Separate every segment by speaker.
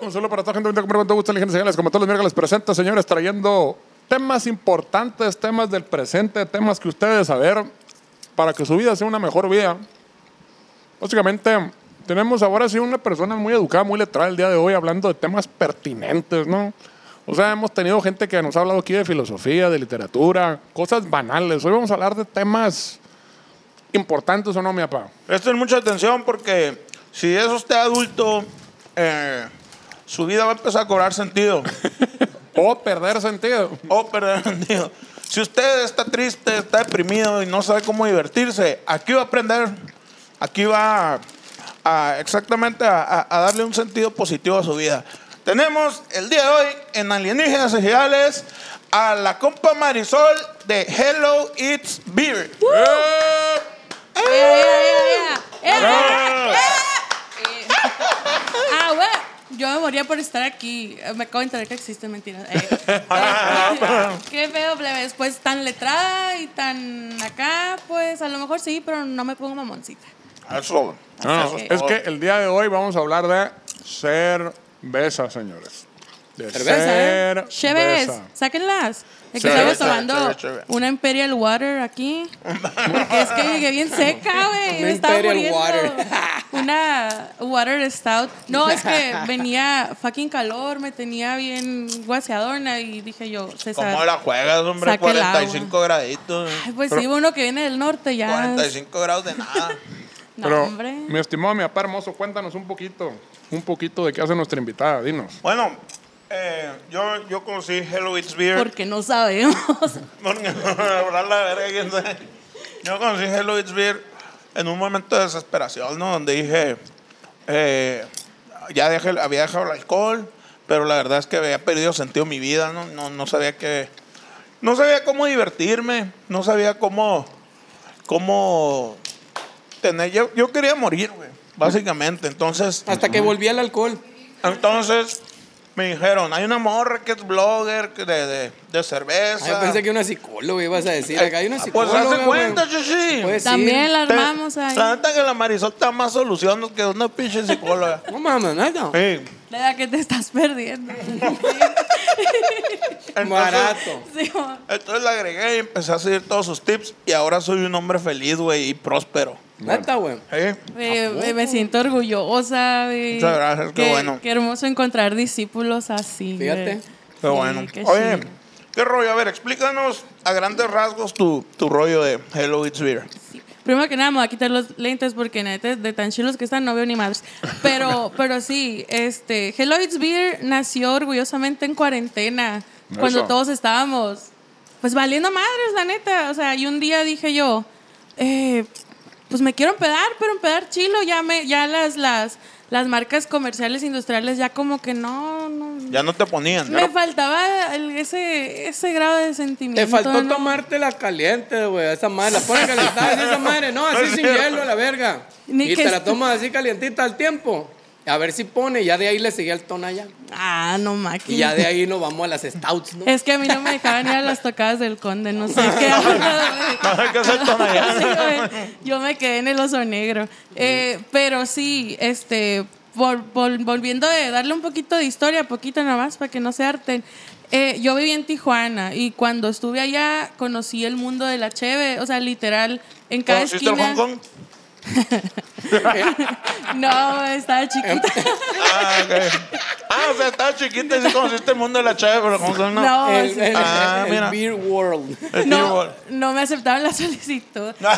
Speaker 1: Un saludo para toda gente que me preguntó gusto en señales. Como todos los miércoles presenta, señores, trayendo temas importantes, temas del presente, temas que ustedes saber para que su vida sea una mejor vida. Básicamente, tenemos ahora sí una persona muy educada, muy letrada el día de hoy, hablando de temas pertinentes, ¿no? O sea, hemos tenido gente que nos ha hablado aquí de filosofía, de literatura, cosas banales. Hoy vamos a hablar de temas importantes o no, mi papá.
Speaker 2: Presten mucha atención porque si es usted adulto, eh, su vida va a empezar a cobrar sentido
Speaker 1: O perder sentido.
Speaker 2: o perder sentido. Si usted está triste, está deprimido y no sabe cómo divertirse, aquí va a aprender, aquí va a, a- exactamente a, a- a darle un sentido positivo a su vida. Tenemos el día de hoy en Alienígenas Ejidales a la compa Marisol de Hello It's Beer.
Speaker 3: Eh, Ah, bueno. Yo me moría por estar aquí. Eh, Me acabo de enterar que existen mentiras. Eh. Qué feo, plebes. Pues tan letrada y tan acá, pues a lo mejor sí, pero no me pongo mamoncita.
Speaker 2: Eso.
Speaker 1: No,
Speaker 3: Así
Speaker 1: no,
Speaker 3: que-
Speaker 1: Ah, es que el día de hoy vamos a hablar de cerveza, señores. De
Speaker 3: ¿eh?
Speaker 1: cerveza.
Speaker 3: Cheves, sáquenlas. Es que
Speaker 1: Cerveza,
Speaker 3: estamos tomando
Speaker 2: cerveza, cerveza.
Speaker 3: una Imperial Water aquí. Porque es que llegué bien seca, güey.
Speaker 4: Una
Speaker 3: Me estaba
Speaker 4: Imperial
Speaker 3: muriendo.
Speaker 4: Water.
Speaker 3: Una Water Stout. No, es que venía fucking calor, me tenía bien guaseadona y dije yo, César.
Speaker 2: ¿Cómo la juegas, hombre?
Speaker 3: Saque el agua.
Speaker 2: 45 graditos.
Speaker 3: Ay, pues sí, uno que viene del norte ya.
Speaker 2: 45 grados de nada.
Speaker 3: No,
Speaker 1: Pero,
Speaker 3: hombre.
Speaker 1: mi estimado, mi papá hermoso, cuéntanos un poquito, un poquito de qué hace nuestra invitada, dinos.
Speaker 2: Bueno, eh, yo, yo conocí Hello It's Beer.
Speaker 3: Porque no sabemos.
Speaker 2: Porque hablar la verga, quién sabe. Yo conocí Hello It's Beer en un momento de desesperación, ¿no? Donde dije, eh, ya dejé, el- había dejado el alcohol, pero la verdad es que había perdido sentido mi vida, ¿no? No, no sabía qué... No sabía cómo divertirme, no sabía cómo... cómo tener... Yo, yo quería morir, güey, básicamente. Entonces...
Speaker 4: Hasta que volví al alcohol.
Speaker 2: Entonces me dijeron, hay una morra que es blogger que de, de, de cerveza.
Speaker 4: Ay, Ah, yo pensé que una psicóloga ibas a decir. Acá hay una
Speaker 2: pues
Speaker 4: psicóloga.
Speaker 2: hazte cuenta,
Speaker 4: güey. Pues,
Speaker 2: chichi.
Speaker 4: Puede ser.
Speaker 3: También la
Speaker 2: Te-
Speaker 3: armamos ahí.
Speaker 2: La neta que la Marisol está más solución que una pinche psicóloga.
Speaker 4: No mames, nada.
Speaker 2: sí.
Speaker 3: La edad que te estás perdiendo.
Speaker 2: Entonces,
Speaker 4: Barato.
Speaker 3: Sí, mo-
Speaker 2: Entonces la agregué y empecé a seguir todos sus tips y ahora soy un hombre feliz, güey, y próspero.
Speaker 4: Neta, güey.
Speaker 2: Sí.
Speaker 3: Eh, eh, me siento orgullosa. de-
Speaker 2: Muchas gracias, qué bueno.
Speaker 3: Qué hermoso encontrar discípulos así.
Speaker 4: Fíjate.
Speaker 3: de-
Speaker 2: Qué
Speaker 3: Sí,
Speaker 2: bueno.
Speaker 3: qué
Speaker 2: Oye,
Speaker 3: chido.
Speaker 2: qué rollo. A ver, explícanos a grandes rasgos tu, tu rollo de Hello It's Beer.
Speaker 3: Primero que nada, me voy a quitar los lentes porque neta, de tan chilos que están no veo ni madres. Pero, pero sí, este, Hello It's Beer nació orgullosamente en cuarentena, cuando
Speaker 1: Eso.
Speaker 3: todos estábamos, pues valiendo madres, la neta. O sea, y un día dije yo, eh, pues me quiero empedar, pero empedar chilo, ya me, ya las, las, las marcas comerciales industriales ya como que no, no.
Speaker 2: Ya no te ponían.
Speaker 3: Me faltaba el- ese, ese grado de sentimiento.
Speaker 4: Te faltó
Speaker 3: ¿no?
Speaker 4: tomarte la caliente, güey. Esa madre. La ponen calentada. y esa madre. No, así sin hielo, la verga.
Speaker 3: Ni
Speaker 4: y
Speaker 3: que
Speaker 4: te la
Speaker 3: est-
Speaker 4: tomas así calientita al tiempo. A ver si pone. Ya de ahí le seguía el tono allá.
Speaker 3: Ah, no máquina.
Speaker 4: Y ya de ahí nos vamos a las stouts, ¿no?
Speaker 3: Es que a mí no me dejaban ir a las tocadas del conde, no sé qué. hago,
Speaker 2: No sé qué hacer con
Speaker 3: güey.
Speaker 2: allá.
Speaker 3: Sí, güey. Yo me quedé en el oso negro. Eh, pero sí, este, vol- vol- volviendo de darle un poquito de historia, poquito nada más, para que no se harten. Eh, yo viví en Tijuana y cuando estuve allá conocí el mundo de la cheve, o sea, literal, en cada
Speaker 2: ¿Conociste el
Speaker 3: esquina.
Speaker 2: Hong Kong?
Speaker 3: No, estaba chiquita.
Speaker 2: Ah, ok. Ah, o sea, estaba chiquita y sí conociste el este mundo de la chave, pero como son, no.
Speaker 3: No.
Speaker 4: El, el-
Speaker 2: Ah,
Speaker 4: el
Speaker 2: mira.
Speaker 4: Beer World.
Speaker 2: El
Speaker 3: No,
Speaker 2: tío-
Speaker 3: no me aceptaron la solicitud. No.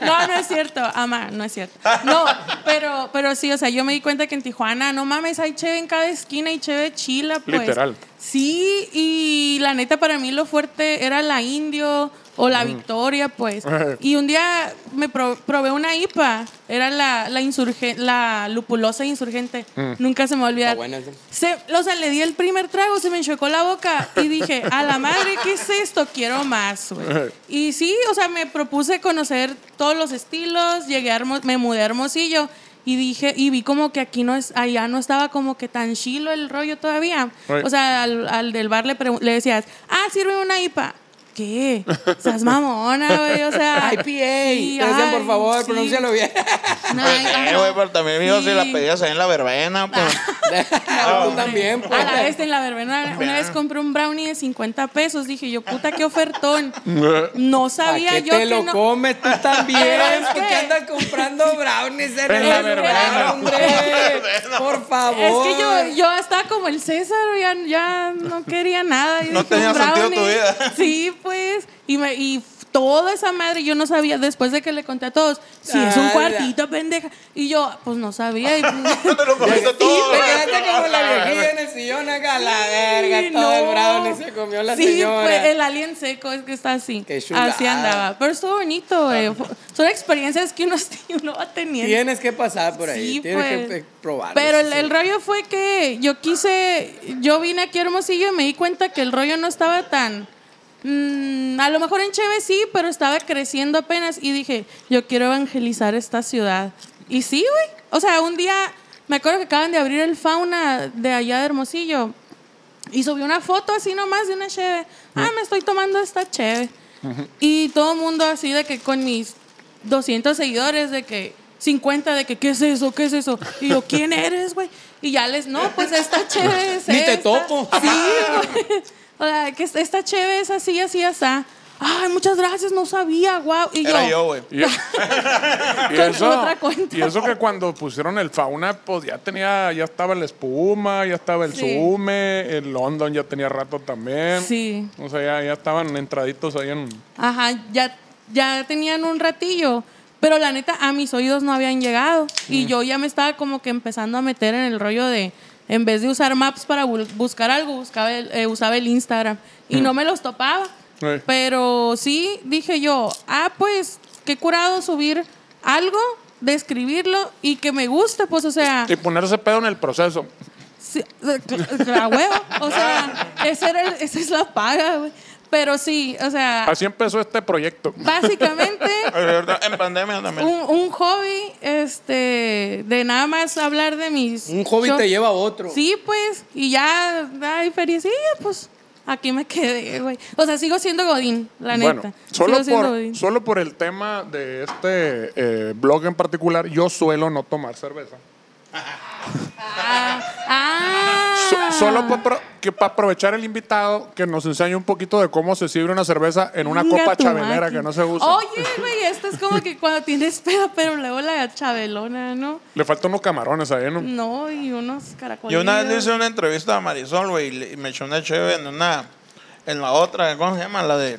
Speaker 3: no, no es cierto, ama, no es cierto. No, pero, pero sí, o sea, yo me di cuenta que en Tijuana, no mames, hay cheve en cada esquina y cheve chila, pues.
Speaker 1: Literal.
Speaker 3: Sí, y la neta para mí lo fuerte era la indio, o la Victoria, pues. Y un día me pro- probé una IPA, era la, la, insurge- la lupulosa insurgente, nunca se me va a olvidar.
Speaker 4: Está buena esa.
Speaker 3: Se, o sea, le di el primer trago, se me enchocó la boca y dije, a la madre, ¿qué es esto? Quiero más, güey. Y sí, o sea, me propuse conocer todos los estilos, llegué a Hermo- me mudé a Hermosillo y dije, y vi como que aquí no es, allá no estaba como que tan chilo el rollo todavía.
Speaker 1: Right.
Speaker 3: O sea, al, al del bar le, pregun- le decías, ah, sirve una IPA. ¿Qué? Seas mamona, güey, o sea.
Speaker 4: IPA.
Speaker 3: sí,
Speaker 4: Entonces,
Speaker 3: ay,
Speaker 4: por favor,
Speaker 3: sí.
Speaker 4: pronúncialo bien.
Speaker 3: No,
Speaker 2: Eh, güey, pero también, mijo, si la
Speaker 3: Sí. Ah.
Speaker 2: pedías ahí en la verbena, pues.
Speaker 4: Tú también, pues.
Speaker 3: A la vez en la verbena, una vez compré un brownie de 50 pesos. Dije yo, puta, qué ofertón. No
Speaker 4: ¿Para
Speaker 3: sabía
Speaker 4: qué
Speaker 3: yo
Speaker 4: te
Speaker 3: que
Speaker 4: lo
Speaker 3: no.
Speaker 4: comes tú también?
Speaker 3: Pero es
Speaker 4: ¿Por
Speaker 3: que-
Speaker 4: qué andas comprando brownies en
Speaker 1: En
Speaker 4: el
Speaker 1: la
Speaker 4: lugar,
Speaker 1: verbena.
Speaker 4: hombre? Por favor.
Speaker 3: Es que yo, yo estaba como el César, ya, ya no quería nada. Yo
Speaker 2: No
Speaker 3: dije, un
Speaker 2: tenía sentido tu
Speaker 3: brownie.
Speaker 2: vida.
Speaker 3: Sí, pues. Y, me, y toda esa madre, yo no sabía, después de que le conté a todos, si es un
Speaker 4: Ala.
Speaker 3: cuartito, pendeja. Y yo, pues no sabía. Y,
Speaker 2: No te lo comiste todo.
Speaker 4: Te quedaste como la viejilla en el sillón acá, la verga, todo el
Speaker 3: no.
Speaker 4: brownie se comió la
Speaker 3: sí,
Speaker 4: señora.
Speaker 3: pues, el alien seco es que está así.
Speaker 4: Qué chulada. Ah.
Speaker 3: Así andaba. Pero estuvo bonito, güey. Fu- Son experiencias que uno, uno va teniendo.
Speaker 4: Tienes que pasar por ahí,
Speaker 3: Sí,
Speaker 4: tienes
Speaker 3: pues.
Speaker 4: que eh, probarlo.
Speaker 3: Pero el,
Speaker 4: sí.
Speaker 3: el rollo fue que yo quise, yo vine aquí a Hermosillo y me di cuenta que el rollo no estaba tan... mm, a lo mejor en Cheve sí, pero estaba creciendo apenas y dije, yo quiero evangelizar esta ciudad. Y sí, güey. O sea, un día, me acuerdo que acaban de abrir el fauna de allá de Hermosillo y subió una foto así nomás de una cheve. Ah, me estoy tomando esta cheve. Y todo el mundo así de que con mis 200 seguidores, de que 50, de que qué es eso, qué es eso. Y yo, ¿quién eres, güey? Y ya les, no, pues esta cheve es
Speaker 4: Ni te
Speaker 3: esta".
Speaker 4: topo.
Speaker 3: Sí, güey. O sea, que esta cheve es así, así, así. Ay, muchas gracias, no sabía, wow. Y
Speaker 2: Era yo, güey.
Speaker 1: Y, y eso,
Speaker 3: otra cuenta.
Speaker 1: y eso que cuando pusieron el fauna, pues ya tenía, ya estaba la espuma, ya estaba el
Speaker 3: Sí.
Speaker 1: sume, el London ya tenía rato también.
Speaker 3: Sí.
Speaker 1: O sea, ya, ya estaban entraditos ahí en.
Speaker 3: Ajá, ya, ya tenían un ratillo. Pero la neta, a mis oídos no habían llegado. Y yo ya me estaba como que empezando a meter en el rollo de. En vez de usar maps para bu- buscar algo, buscaba el- eh, usaba el Instagram. Y no me los topaba.
Speaker 1: Eh.
Speaker 3: Pero sí dije yo, ah, pues, qué curado subir algo, describirlo y que me guste, pues, o sea.
Speaker 1: Y ponerse pedo en el proceso.
Speaker 3: Sí, cl- cl- a huevo. O sea, ese era el- esa es la paga, güey. Pero sí, o sea.
Speaker 1: Así empezó este proyecto.
Speaker 3: Básicamente,
Speaker 2: En pandemia también.
Speaker 3: un, un hobby este, de nada más hablar de mis.
Speaker 4: Un hobby
Speaker 3: yo-
Speaker 4: te lleva a otro.
Speaker 3: Sí, pues, y ya, ay, felicilla, pues, aquí me quedé, güey. O sea, sigo siendo Godín, la
Speaker 1: Bueno,
Speaker 3: neta.
Speaker 1: solo
Speaker 3: sigo siendo
Speaker 1: por,
Speaker 3: Godín.
Speaker 1: solo por el tema de este eh, blog en particular, yo suelo no tomar cerveza.
Speaker 3: Ah, ah.
Speaker 1: So- solo para aprovechar el invitado que nos enseñe un poquito de cómo se sirve una cerveza en una
Speaker 3: Chinga
Speaker 1: copa
Speaker 3: tu
Speaker 1: chavelera
Speaker 3: máquina.
Speaker 1: que no se usa.
Speaker 3: Oye, güey, esto es como que cuando tienes pedo, pero luego la chabelona, ¿no?
Speaker 1: Le faltan unos camarones ahí, ¿no?
Speaker 3: No, y unos caracoles.
Speaker 2: Yo una vez le hice una entrevista a Marisol, güey, y le- y me echó una chévere en una. En la otra, ¿cómo se llama? La de.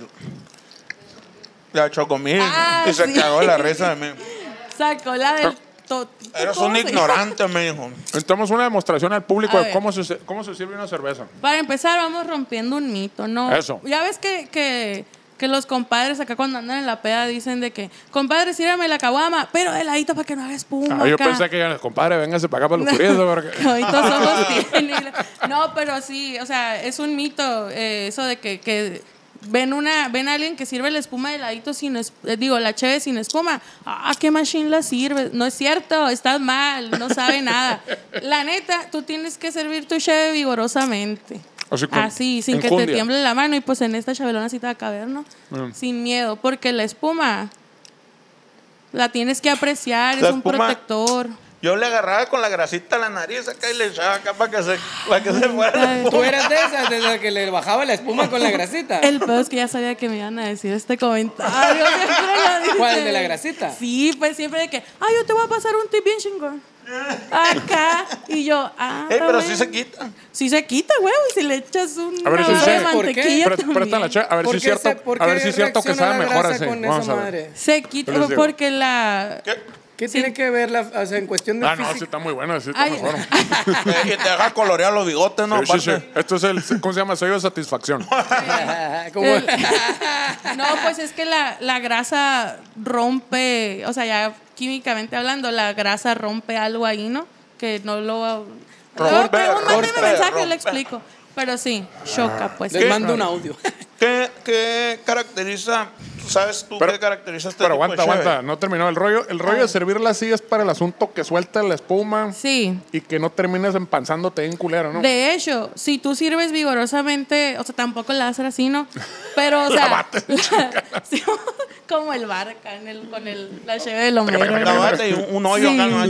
Speaker 2: La Chocomil.
Speaker 3: Ah,
Speaker 2: y se
Speaker 3: sí.
Speaker 2: cagó la risa de mí.
Speaker 3: Sacó la del. to-
Speaker 2: Eres
Speaker 3: ¿cómo
Speaker 2: un
Speaker 3: se llama?
Speaker 2: ignorante, me dijo.
Speaker 1: Necesitamos una demostración al público
Speaker 3: A
Speaker 1: de
Speaker 3: ver.
Speaker 1: cómo se, cómo se sirve una cerveza.
Speaker 3: Para empezar, vamos rompiendo un mito, ¿no?
Speaker 1: Eso.
Speaker 3: Ya ves que, que, que los compadres acá cuando andan en la peda dicen de que, compadre, sírveme la caguama, pero heladito para que no haga espuma.
Speaker 1: Ah, yo
Speaker 3: Pues acá".
Speaker 1: pensé que, ya, compadre, véngase para acá para los curiosos.
Speaker 3: Que ahorita somos bien. No, pero sí, o sea, es un mito eh, eso de que, que ven una ven a alguien que sirve la espuma de heladito sin es- eh, digo, la cheve sin espuma. Ah, qué machine la sirve. No es cierto, estás mal, no sabe nada. La neta, tú tienes que servir tu cheve vigorosamente.
Speaker 1: Así con-
Speaker 3: Así, sin que te
Speaker 1: enjundia. Mm.
Speaker 3: tiemble la mano y pues en esta chavelona sí te va a caber, ¿no? Sin miedo, porque la espuma la tienes que apreciar,
Speaker 2: La
Speaker 3: es un
Speaker 2: espuma-
Speaker 3: protector.
Speaker 2: Yo le agarraba con la grasita a la nariz acá y le echaba acá para que se, para que se fuera. la
Speaker 3: Ay.
Speaker 4: Tú eras de esas, de las que le bajaba la espuma con la grasita.
Speaker 3: El peor es que ya sabía que me iban a decir este comentario. siempre lo dicen.
Speaker 4: ¿Cuál, de la grasita?
Speaker 3: Sí, pues siempre de que, ay, yo te voy a pasar un tip bien chingón. Acá. Y yo, ah.
Speaker 2: Ey, pero
Speaker 3: si
Speaker 2: sí se quita.
Speaker 3: Sí se quita, güey. Y si le echas un
Speaker 1: A ver,
Speaker 3: ralado
Speaker 1: sí se-
Speaker 3: de
Speaker 4: ¿Por qué?
Speaker 3: mantequilla.
Speaker 1: Pre-
Speaker 3: también.
Speaker 1: préstala, che, a ver si
Speaker 4: ¿Por
Speaker 1: es
Speaker 4: qué se-
Speaker 1: cierto,
Speaker 4: por
Speaker 1: a ver
Speaker 4: qué
Speaker 1: si es cierto que
Speaker 4: reacciona
Speaker 1: sabe
Speaker 4: la
Speaker 1: mejor
Speaker 4: grasa
Speaker 1: así.
Speaker 4: con
Speaker 1: Vamos
Speaker 4: esa
Speaker 1: a ver.
Speaker 4: madre?
Speaker 3: Se
Speaker 1: Yo
Speaker 3: quita
Speaker 1: les digo.
Speaker 3: porque la.
Speaker 2: ¿Qué?
Speaker 4: ¿Qué tiene que ver la, o sea, en cuestión de
Speaker 1: Ah, no,
Speaker 4: física?
Speaker 1: sí está muy bueno, sí está
Speaker 3: Ay.
Speaker 1: mejor.
Speaker 2: Eh, y te deja colorear los bigotes, ¿no?
Speaker 1: Sí, sí,
Speaker 2: Aparte.
Speaker 1: sí. Esto es el, ¿cómo se llama? Sello de satisfacción.
Speaker 4: Como-
Speaker 3: El- no, pues es que la, la grasa rompe, o sea, ya químicamente hablando, la grasa rompe algo ahí, ¿no? Que no lo... Luego,
Speaker 2: Rompe,
Speaker 3: luego mándeme
Speaker 2: rompe,
Speaker 3: mensaje,
Speaker 2: rompe. Ah.
Speaker 3: lo explico. Pero sí, choca, pues.
Speaker 4: Les mando un audio.
Speaker 2: ¿Qué, qué caracteriza, sabes tú
Speaker 1: Pero-
Speaker 2: qué caracteriza este
Speaker 1: Pero
Speaker 2: tipo
Speaker 1: aguanta,
Speaker 4: pues,
Speaker 2: de cheve?
Speaker 1: aguanta. No terminó el rollo. El
Speaker 4: Ah.
Speaker 1: rollo de servirla así es para el asunto que suelta la espuma
Speaker 3: Sí.
Speaker 1: y que no termines empanzándote en culero, ¿no?
Speaker 3: De hecho, si tú sirves vigorosamente, o sea, tampoco la haces así, ¿no? Pero, o sea, sí, como el barca en el, con el, la cheve del homero.
Speaker 2: La
Speaker 3: ¿no?
Speaker 2: bata y un, un hoyo
Speaker 3: Sí.
Speaker 2: acá, ¿no?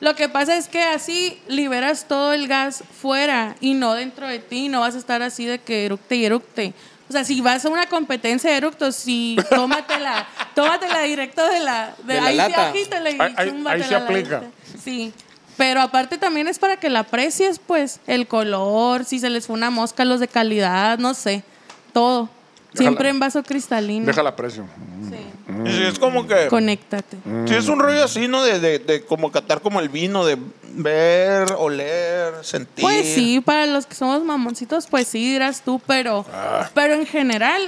Speaker 3: Lo que pasa es que así liberas todo el gas fuera y no dentro de ti, no vas a estar así de que eructe y eructe. O sea, si vas a una competencia de eructos, sí, tómatela, tómatela directo de la... De,
Speaker 4: De la
Speaker 3: ahí sí,
Speaker 4: lata.
Speaker 3: agítala y
Speaker 1: Ahí- ahí- ahí
Speaker 3: zúmbatela
Speaker 1: se
Speaker 3: a la
Speaker 1: aplica.
Speaker 3: lata. Sí. Pero aparte también es para que la aprecies, pues, el color, si se les fue una mosca, los de calidad, no sé, todo. Siempre en vaso cristalino.
Speaker 1: Déjala precio.
Speaker 3: Sí.
Speaker 2: Y si es como que...
Speaker 3: Conéctate.
Speaker 2: Si es un rollo así, ¿no? De, de, de como catar como el vino, de ver, oler, sentir.
Speaker 3: Pues sí, para los que somos mamoncitos, pues sí, dirás tú, pero,
Speaker 4: Ah.
Speaker 3: pero en general,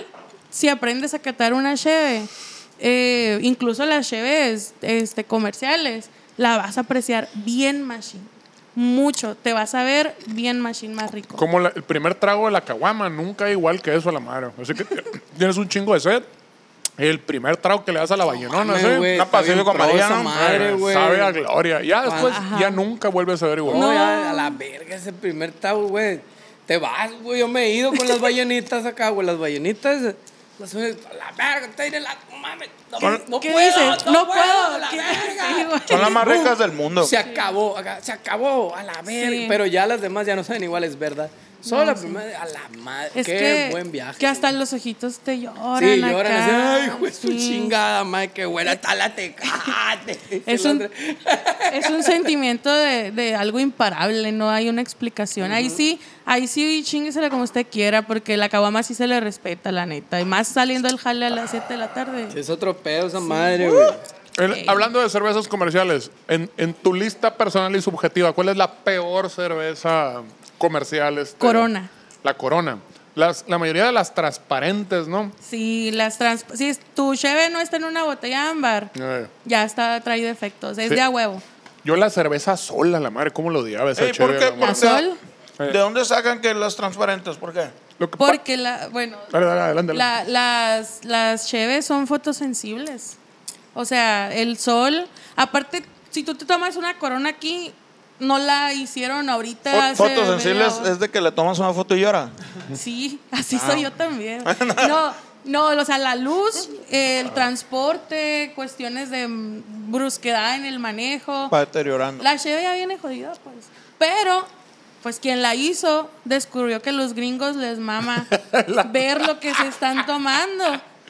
Speaker 3: si aprendes a catar una cheve, eh, incluso las cheves este, comerciales, la vas a apreciar bien machine. Mucho, te vas a ver bien machine más rico.
Speaker 1: Como la- el primer trago de la caguama, nunca igual que eso a la madre. Así que tienes un chingo de sed. El primer trago que le das a la ballenona,
Speaker 4: Mames,
Speaker 1: ¿sí?
Speaker 4: güey,
Speaker 1: Una
Speaker 4: está bien
Speaker 1: pacífico
Speaker 4: pro
Speaker 1: amarilla,
Speaker 4: esa
Speaker 1: ¿no?
Speaker 4: madre, güey. Ah,
Speaker 1: Sabe a gloria. Ya después,
Speaker 3: Ajá.
Speaker 1: ya nunca vuelves a ver igual.
Speaker 4: No,
Speaker 3: No.
Speaker 4: ya, a la verga ese primer tabo, güey. Te vas, güey. Yo me he ido con las ballenitas acá, güey. Las ballenitas. Las unes- a la verga, te iré la. No mames. No, no
Speaker 3: ¿Qué
Speaker 4: puedo,
Speaker 3: dices?
Speaker 4: No,
Speaker 3: No
Speaker 4: puedo. a
Speaker 3: puedo.
Speaker 4: la
Speaker 3: ¿Qué-
Speaker 4: verga.
Speaker 3: Sí, güey.
Speaker 2: Son las más
Speaker 4: Boom.
Speaker 2: ricas del mundo.
Speaker 4: Se acabó, acá, se acabó, a la verga.
Speaker 3: Sí.
Speaker 4: Pero ya las demás ya no saben iguales, ¿verdad? Solo la primera, a la madre.
Speaker 3: Es
Speaker 4: qué
Speaker 3: que,
Speaker 4: buen viaje.
Speaker 3: que hasta los ojitos te lloran.
Speaker 4: Sí, lloran así,
Speaker 3: acá.
Speaker 4: ay, güey, su
Speaker 3: Sí.
Speaker 4: chingada, madre, qué buena está la tecate. dice
Speaker 3: Es
Speaker 4: la
Speaker 3: un-
Speaker 4: otra.
Speaker 3: Es un sentimiento de, de algo imparable, no hay una explicación. Ahí sí, ahí sí chinguesela como usted quiera, porque la caguama sí se le respeta, la neta. Y más saliendo del jale a las 7 de la tarde.
Speaker 4: Es otro pedo esa
Speaker 3: Uh.
Speaker 4: madre, güey.
Speaker 1: El- hablando de cervezas comerciales, en, en tu lista personal y subjetiva, ¿cuál es la peor cerveza comercial? este?
Speaker 3: Corona.
Speaker 1: La corona. Las, la mayoría de las transparentes, ¿no?
Speaker 3: Si, las trans, si es- tu cheve no está en una botella ámbar,
Speaker 1: Eh,
Speaker 3: ya está, trae defectos. Es
Speaker 1: Sí.
Speaker 3: de a huevo.
Speaker 1: Yo la cerveza sola, la madre, ¿cómo lo odiaba esa
Speaker 2: Ey, ¿por
Speaker 1: chévere,
Speaker 2: qué?
Speaker 1: la madre.
Speaker 3: ¿La sol?
Speaker 2: ¿De dónde sacan que las transparentes? ¿Por qué?
Speaker 1: Lo que pa-
Speaker 3: Porque la, bueno,
Speaker 1: Dale, dale, adelante.
Speaker 3: La- las, las cheves son fotosensibles. O sea, el sol. Aparte, si tú te tomas una corona aquí, no la hicieron ahorita.
Speaker 2: Fo-
Speaker 3: hace
Speaker 2: Fotos sensibles
Speaker 3: media hora.
Speaker 2: es de que le tomas una foto y llora.
Speaker 3: Sí, así soy yo también. No, no, o sea, la luz, el transporte, cuestiones de mm, brusquedad en el manejo.
Speaker 2: Va deteriorando.
Speaker 3: La cheve ya viene jodida, pues. Pero, pues quien la hizo descubrió que los gringos les mama ver lo que se están tomando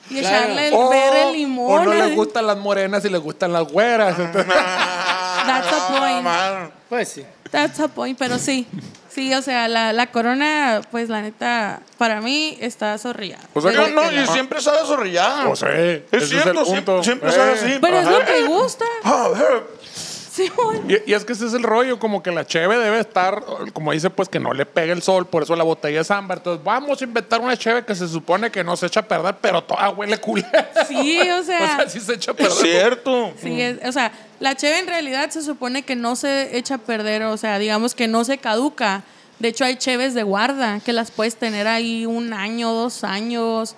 Speaker 3: y
Speaker 4: Claro.
Speaker 3: echarle el,
Speaker 1: O-
Speaker 3: ver el limón.
Speaker 1: O no
Speaker 3: así.
Speaker 1: les gustan las morenas y les gustan las güeras. entonces-
Speaker 3: That's the
Speaker 2: Ah,
Speaker 3: point.
Speaker 2: man.
Speaker 4: Pues sí.
Speaker 3: That's a point, pero sí. Sí, o sea, la, la corona, pues la neta, para mí está zorrilla.
Speaker 1: O sea,
Speaker 2: No,
Speaker 1: que-
Speaker 2: no, y siempre sale zorrillada.
Speaker 1: Pues sí, ese
Speaker 2: Es
Speaker 1: es el
Speaker 2: cierto,
Speaker 1: punto.
Speaker 2: siempre, siempre
Speaker 1: Eh.
Speaker 2: sale así.
Speaker 3: Pero es
Speaker 2: Ajá.
Speaker 3: lo que gusta.
Speaker 2: A ver,
Speaker 3: Sí, güey.
Speaker 1: Y, y es que ese es el rollo, como que la cheve debe estar, como dice, pues que no le pegue el sol, por eso la botella es ámbar. Entonces, vamos a inventar una cheve que se supone que no se echa a perder, pero toda huele culera.
Speaker 3: Sí, o sea.
Speaker 1: O sea, sí se echa a
Speaker 2: es
Speaker 1: perder.
Speaker 2: cierto.
Speaker 3: Sí, es- o sea, la cheve en realidad se supone que no se echa a perder, o sea, digamos que no se caduca. De hecho, hay cheves de guarda que las puedes tener ahí un año, dos años,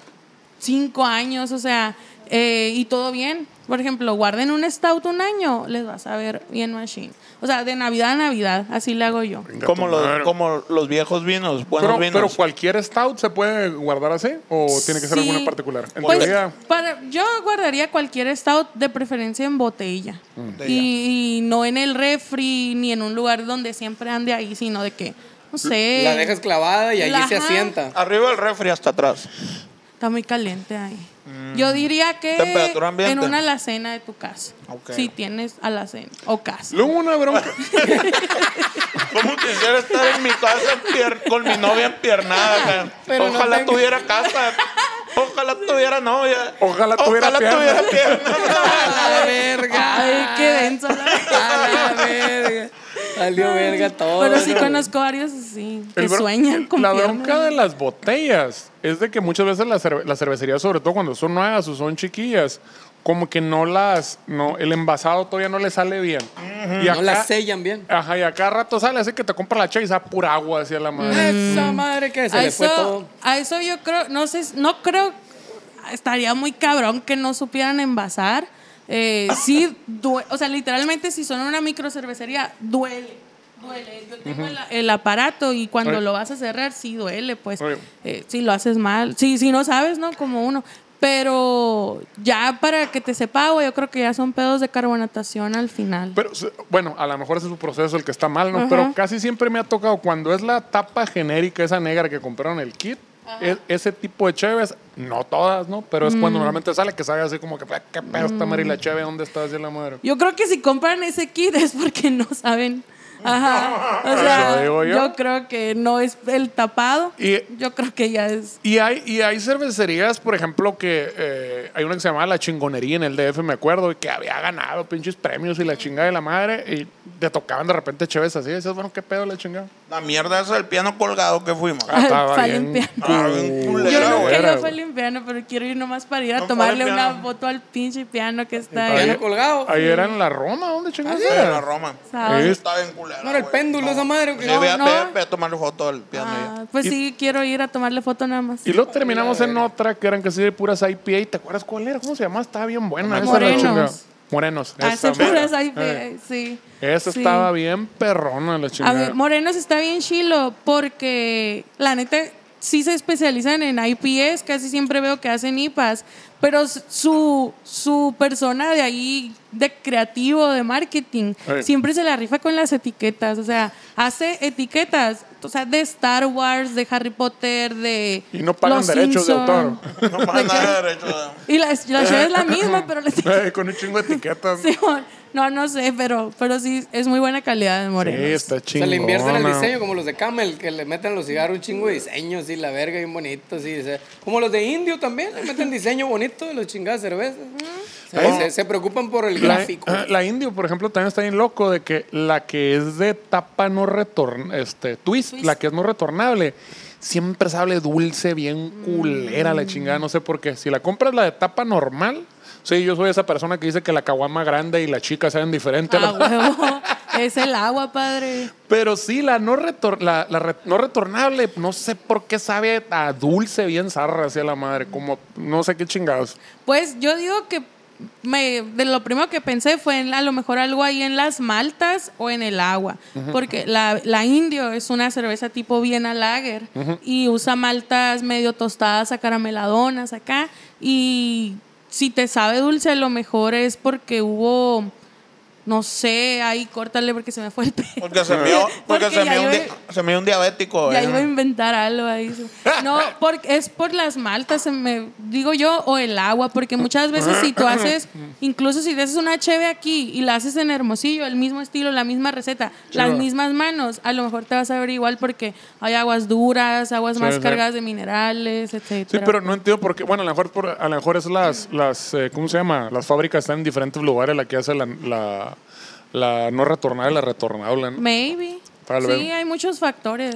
Speaker 3: cinco años, o sea, eh, y todo bien. Por ejemplo, guarden un stout un año, les vas a ver bien machine. O sea, de Navidad a Navidad, así le hago yo.
Speaker 1: Venga,
Speaker 2: Como
Speaker 1: tu
Speaker 2: los,
Speaker 1: madre.
Speaker 2: como los viejos vinos, buenos
Speaker 1: pero,
Speaker 2: vinos.
Speaker 1: pero cualquier stout se puede guardar así o tiene que ser
Speaker 3: Sí.
Speaker 1: alguna particular. En
Speaker 3: Pues,
Speaker 1: teoría,
Speaker 3: para- yo guardaría cualquier stout de preferencia en botella.
Speaker 4: Mm.
Speaker 3: Y, y no en el refri ni en un lugar donde siempre ande ahí, sino de que, no sé.
Speaker 4: La dejas clavada y allí
Speaker 3: La-
Speaker 4: se
Speaker 3: Eh, ajá.
Speaker 4: asienta.
Speaker 2: Arriba el refri hasta atrás.
Speaker 3: Está muy caliente ahí.
Speaker 4: Mm.
Speaker 3: Yo diría que
Speaker 2: Temperatura ambiente.
Speaker 3: en una alacena de tu casa.
Speaker 2: Ok.
Speaker 3: Si tienes alacena o casa.
Speaker 1: luego una bronca.
Speaker 2: ¿Cómo quisiera estar en mi casa pier- con mi novia empiernada? acá?
Speaker 4: Pero no
Speaker 2: Ojalá
Speaker 4: tengo-
Speaker 2: tuviera casa. ojalá tuviera novia.
Speaker 1: Ojalá tuviera
Speaker 2: Ojalá
Speaker 1: piernas.
Speaker 2: tuviera piernas.
Speaker 4: A la verga.
Speaker 3: Ay, qué denso. la
Speaker 4: A
Speaker 3: verdad.
Speaker 4: la verga. Salió verga todo.
Speaker 3: Pero sí
Speaker 4: ¿no?
Speaker 3: conozco varios así que
Speaker 1: El bro-
Speaker 3: sueñan con
Speaker 1: La
Speaker 3: piernas.
Speaker 1: bronca de las botellas es de que muchas veces las, cerve- las cervecerías, sobre todo cuando son nuevas o son chiquillas, como que no las, no, el envasado todavía no le sale bien. y
Speaker 4: No la sellan bien.
Speaker 1: Ajá, y a cada rato sale así que te compra la chase a pura agua hacia la madre.
Speaker 4: Esa madre que se
Speaker 3: Mm. a
Speaker 4: le fue
Speaker 3: eso,
Speaker 4: todo.
Speaker 3: a eso yo creo, no sé, no creo, estaría muy cabrón que no supieran envasar. Eh, sí, due- o sea, literalmente si son una microcervecería, duele. Duele. Yo tengo el, el aparato y cuando
Speaker 1: Oye.
Speaker 3: lo vas a cerrar, sí duele, pues.
Speaker 1: Oye.
Speaker 3: eh, si lo haces mal. Sí, si no sabes, ¿no? Como uno. Pero ya para que te sepa, güey, yo creo que ya son pedos de carbonatación al final.
Speaker 1: Pero se- bueno, a lo mejor ese es su proceso el que está mal, ¿no?
Speaker 3: Ajá.
Speaker 1: Pero casi siempre me ha tocado cuando es la tapa genérica esa negra que compraron el kit. e- ese tipo de cheves, no todas, ¿no? Pero es cuando normalmente sale que sale así como que, "Ah, ¿qué pedo está Mari la cheve? ¿Dónde está hacia la madre?
Speaker 3: Yo creo que si compran ese kit es porque no saben. Ajá. O
Speaker 1: Eso
Speaker 3: sea,
Speaker 1: digo
Speaker 3: yo.
Speaker 1: yo.
Speaker 3: creo que no es el tapado.
Speaker 1: Y-
Speaker 3: yo creo que ya es.
Speaker 1: Y hay, y hay cervecerías, por ejemplo, que eh, hay una que se llamaba La Chingonería en el DF, me acuerdo, y que había ganado pinches premios y la chingada de la madre, y te tocaban de repente cheves así, y dices, bueno, ¿qué pedo la chingada?
Speaker 2: La mierda esa del piano colgado que fuimos.
Speaker 1: Ah, estaba
Speaker 3: Fue
Speaker 1: bien
Speaker 3: limpiar.
Speaker 2: Ah, bien
Speaker 3: Yo
Speaker 2: culera,
Speaker 1: Era,
Speaker 3: nunca
Speaker 1: era,
Speaker 3: iba
Speaker 1: güey.
Speaker 3: fue limpiano, pero quiero ir nomás para ir a
Speaker 2: No,
Speaker 3: tomarle
Speaker 2: fue
Speaker 3: una
Speaker 2: limpiano.
Speaker 3: foto al pinche piano que está
Speaker 1: Ahí-
Speaker 3: ahí. Ah,
Speaker 4: Piano colgado.
Speaker 1: Ahí era en la Roma, ¿dónde chingados
Speaker 4: Ah, sí.
Speaker 1: era?
Speaker 2: En la Roma.
Speaker 3: Sábado.
Speaker 1: Es-
Speaker 2: Está bien culera.
Speaker 4: No era el
Speaker 2: güey.
Speaker 4: péndulo esa madre, ¿o qué?
Speaker 2: Sí, ve, a-
Speaker 3: No,
Speaker 2: ve-
Speaker 3: no.
Speaker 2: ve a tomarle foto al piano.
Speaker 3: Ah,
Speaker 2: ya.
Speaker 3: pues sí, quiero ir a tomarle foto nada más.
Speaker 1: Y luego terminamos en otra que eran casi de puras IPA. ¿Te acuerdas cuál era? ¿Cómo se llamaba? Estaba bien buena. esa la
Speaker 3: Ah, Morenos.
Speaker 1: chingada. Morenos.
Speaker 3: Hace
Speaker 1: esa mera.
Speaker 3: puras Ah, ahí,
Speaker 1: Eh,
Speaker 3: sí.
Speaker 1: Esa
Speaker 3: Sí.
Speaker 1: estaba bien perrona la
Speaker 3: A
Speaker 1: chingada.
Speaker 3: ver, Morenos está bien chilo porque la neta sí se especializan en IPS, casi siempre veo que hacen IPAs, pero s- su, su persona de ahí, de creativo, de marketing,
Speaker 1: Ey.
Speaker 3: siempre se la rifa con las etiquetas, o sea, hace etiquetas, o sea, de Star Wars, de Harry Potter, de...
Speaker 1: Y no pagan
Speaker 3: Los
Speaker 1: derechos de
Speaker 3: Simpson.
Speaker 1: autor.
Speaker 2: No más nada de derecho.
Speaker 3: Y la, la cheve es la misma, pero la etiqueta-
Speaker 1: Eh, con un chingo de etiquetas. Sí,
Speaker 3: Simón, no, no sé, pero, pero sí es muy buena calidad de Morenos.
Speaker 1: está
Speaker 4: Se
Speaker 1: chingona.
Speaker 4: le invierten el diseño, como los de Camel, que le meten a los cigarros un chingo de diseño, así, la verga, bien bonito, así. o sea, como los de Indio también, le meten diseño bonito de los chingadas cervezas. O sea,
Speaker 1: Ay.
Speaker 4: se, se preocupan por el
Speaker 1: La,
Speaker 4: gráfico.
Speaker 2: eh,
Speaker 1: la Indio, por ejemplo, también está bien loco de que la que es de tapa no retorn este, twist,
Speaker 3: Twist.
Speaker 1: la que es no retornable, siempre sale dulce, bien culera
Speaker 3: Mm.
Speaker 1: la chingada, no sé por qué. Si la compras la de tapa normal, sí, yo soy esa persona que dice que la caguama grande y la chica saben diferente. a la-
Speaker 3: Ah, huevo. Es el agua, padre.
Speaker 1: Pero sí, la no, retor- la, la re- no retornable, no sé por qué sabe a dulce, bien zarra, hacia la madre, como no sé qué chingados.
Speaker 3: Pues yo digo que me, de lo primero que pensé fue en, a lo mejor algo ahí en las maltas o en el agua. Porque la, la indio es una cerveza tipo Viena Lager y usa maltas medio tostadas, acarameladonas acá. Y si te sabe dulce, a lo mejor es porque hubo. No sé, ahí córtale porque se me fue el pelo.
Speaker 2: Porque se me dio- porque
Speaker 3: Porque
Speaker 2: se me
Speaker 3: ya
Speaker 2: dio un
Speaker 3: yo-
Speaker 2: di- se me dio un diabético.
Speaker 3: Ya
Speaker 2: eh.
Speaker 3: iba a inventar algo ahí. No, porque es por las maltas, se me, digo yo, o el agua, porque muchas veces si tú haces, incluso si te haces una cheve aquí y la haces en Hermosillo, el mismo estilo, la misma receta, las mismas manos, a lo mejor te vas a ver igual porque hay aguas duras, aguas más
Speaker 1: sí.
Speaker 3: cargadas de minerales,
Speaker 1: Sí,
Speaker 3: etcétera.
Speaker 1: pero no entiendo por qué. Bueno, a lo mejor, por- a lo mejor es las, las eh, ¿cómo se llama? Las fábricas están en diferentes lugares, la que hace la, la, la no retornable, la retornable. ¿no?
Speaker 3: Maybe.
Speaker 1: Tal
Speaker 3: sí,
Speaker 1: vez.
Speaker 3: hay muchos factores.